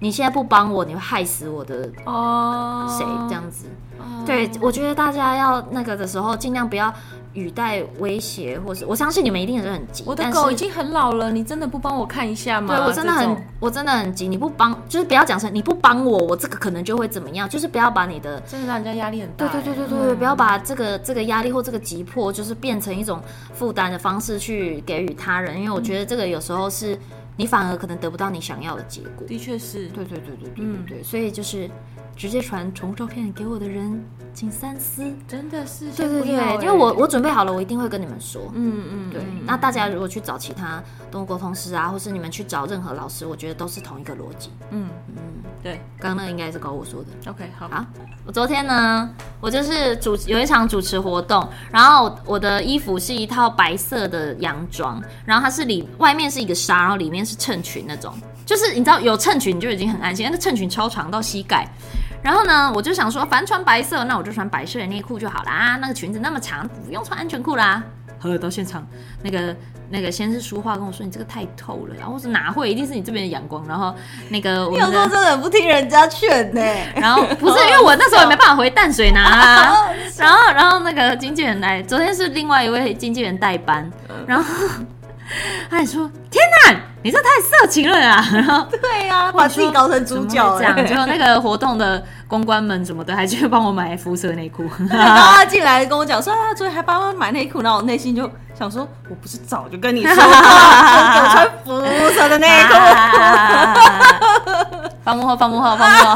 [SPEAKER 2] 你现在不帮我，你会害死我的
[SPEAKER 3] 哦，
[SPEAKER 2] 谁这样子。嗯
[SPEAKER 3] 哦？
[SPEAKER 2] 对，我觉得大家要那个的时候，尽量不要语带威胁，或是我相信你们一定也是很急。
[SPEAKER 3] 我的
[SPEAKER 2] 但
[SPEAKER 3] 狗
[SPEAKER 2] 是
[SPEAKER 3] 已经很老了，你真的不帮我看一下吗？
[SPEAKER 2] 对我真的
[SPEAKER 3] 这
[SPEAKER 2] 很
[SPEAKER 3] 种，
[SPEAKER 2] 我真的很急。你不帮，就是不要讲成你不帮我，我这个可能就会怎么样，就是不要把你的。嗯
[SPEAKER 3] 真的让人家压力很大
[SPEAKER 2] 对
[SPEAKER 3] 欸。
[SPEAKER 2] 对对对对，对不要把这个这个压力或这个急迫，就是变成一种负担的方式去给予他人，因为我觉得这个有时候是你反而可能得不到你想要的结果。
[SPEAKER 3] 的确是。
[SPEAKER 2] 对嗯对对对对对对，所以就是直接传宠物照片给我的人，请三思。
[SPEAKER 3] 真的是
[SPEAKER 2] 对
[SPEAKER 3] 先
[SPEAKER 2] 对
[SPEAKER 3] 不要欸，
[SPEAKER 2] 对，因为我我准备好了，我一定会跟你们说。
[SPEAKER 3] 嗯嗯
[SPEAKER 2] 对，
[SPEAKER 3] 嗯
[SPEAKER 2] 那大家如果去找其他动物沟通师啊，或是你们去找任何老师，我觉得都是同一个逻辑。
[SPEAKER 3] 嗯对
[SPEAKER 2] 刚刚那个应该是高我说的。
[SPEAKER 3] ，OK 好，
[SPEAKER 2] 好，我昨天呢，我就是主有一场主持活动，然后我的衣服是一套白色的洋装，然后它是里外面是一个纱，然后里面是衬裙那种，就是你知道有衬裙你就已经很安心，那个衬裙超长到膝盖，然后呢，我就想说，反正穿白色，那我就穿白色的内裤就好啦。那个裙子那么长，不用穿安全裤啦。呵，到现场，那个那个先是书画跟我说，你这个太透了，然后我说哪会， [LAUGHS] 一定是你这边的阳光。然后那个我
[SPEAKER 1] 你有
[SPEAKER 2] 们
[SPEAKER 1] 时候
[SPEAKER 2] 的，
[SPEAKER 1] 真的很不听人家劝呢、
[SPEAKER 3] 欸
[SPEAKER 2] [LAUGHS] 然后不是因为我那时候也没办法回淡水拿、啊，然后然后那个经纪人来，昨天是另外一位经纪人代班，然后他也说，天哪，你这太色情了啦。 [LAUGHS] 然后
[SPEAKER 1] 对
[SPEAKER 3] [LAUGHS]
[SPEAKER 2] 啊
[SPEAKER 1] 呀、把自己搞成主角
[SPEAKER 2] 这样，
[SPEAKER 3] 欸
[SPEAKER 1] 哎、
[SPEAKER 2] 结果那个活动的公关们什么的还去帮我买肤色内裤， [LAUGHS]
[SPEAKER 3] [LAUGHS] 然后他进来跟我讲说，他昨天还帮我买内裤，然后我内心就想说，我不是早就跟你说过了，给我穿 [LAUGHS]
[SPEAKER 1] 肤色的内裤。
[SPEAKER 2] 啊放幕后，放幕后，放幕后，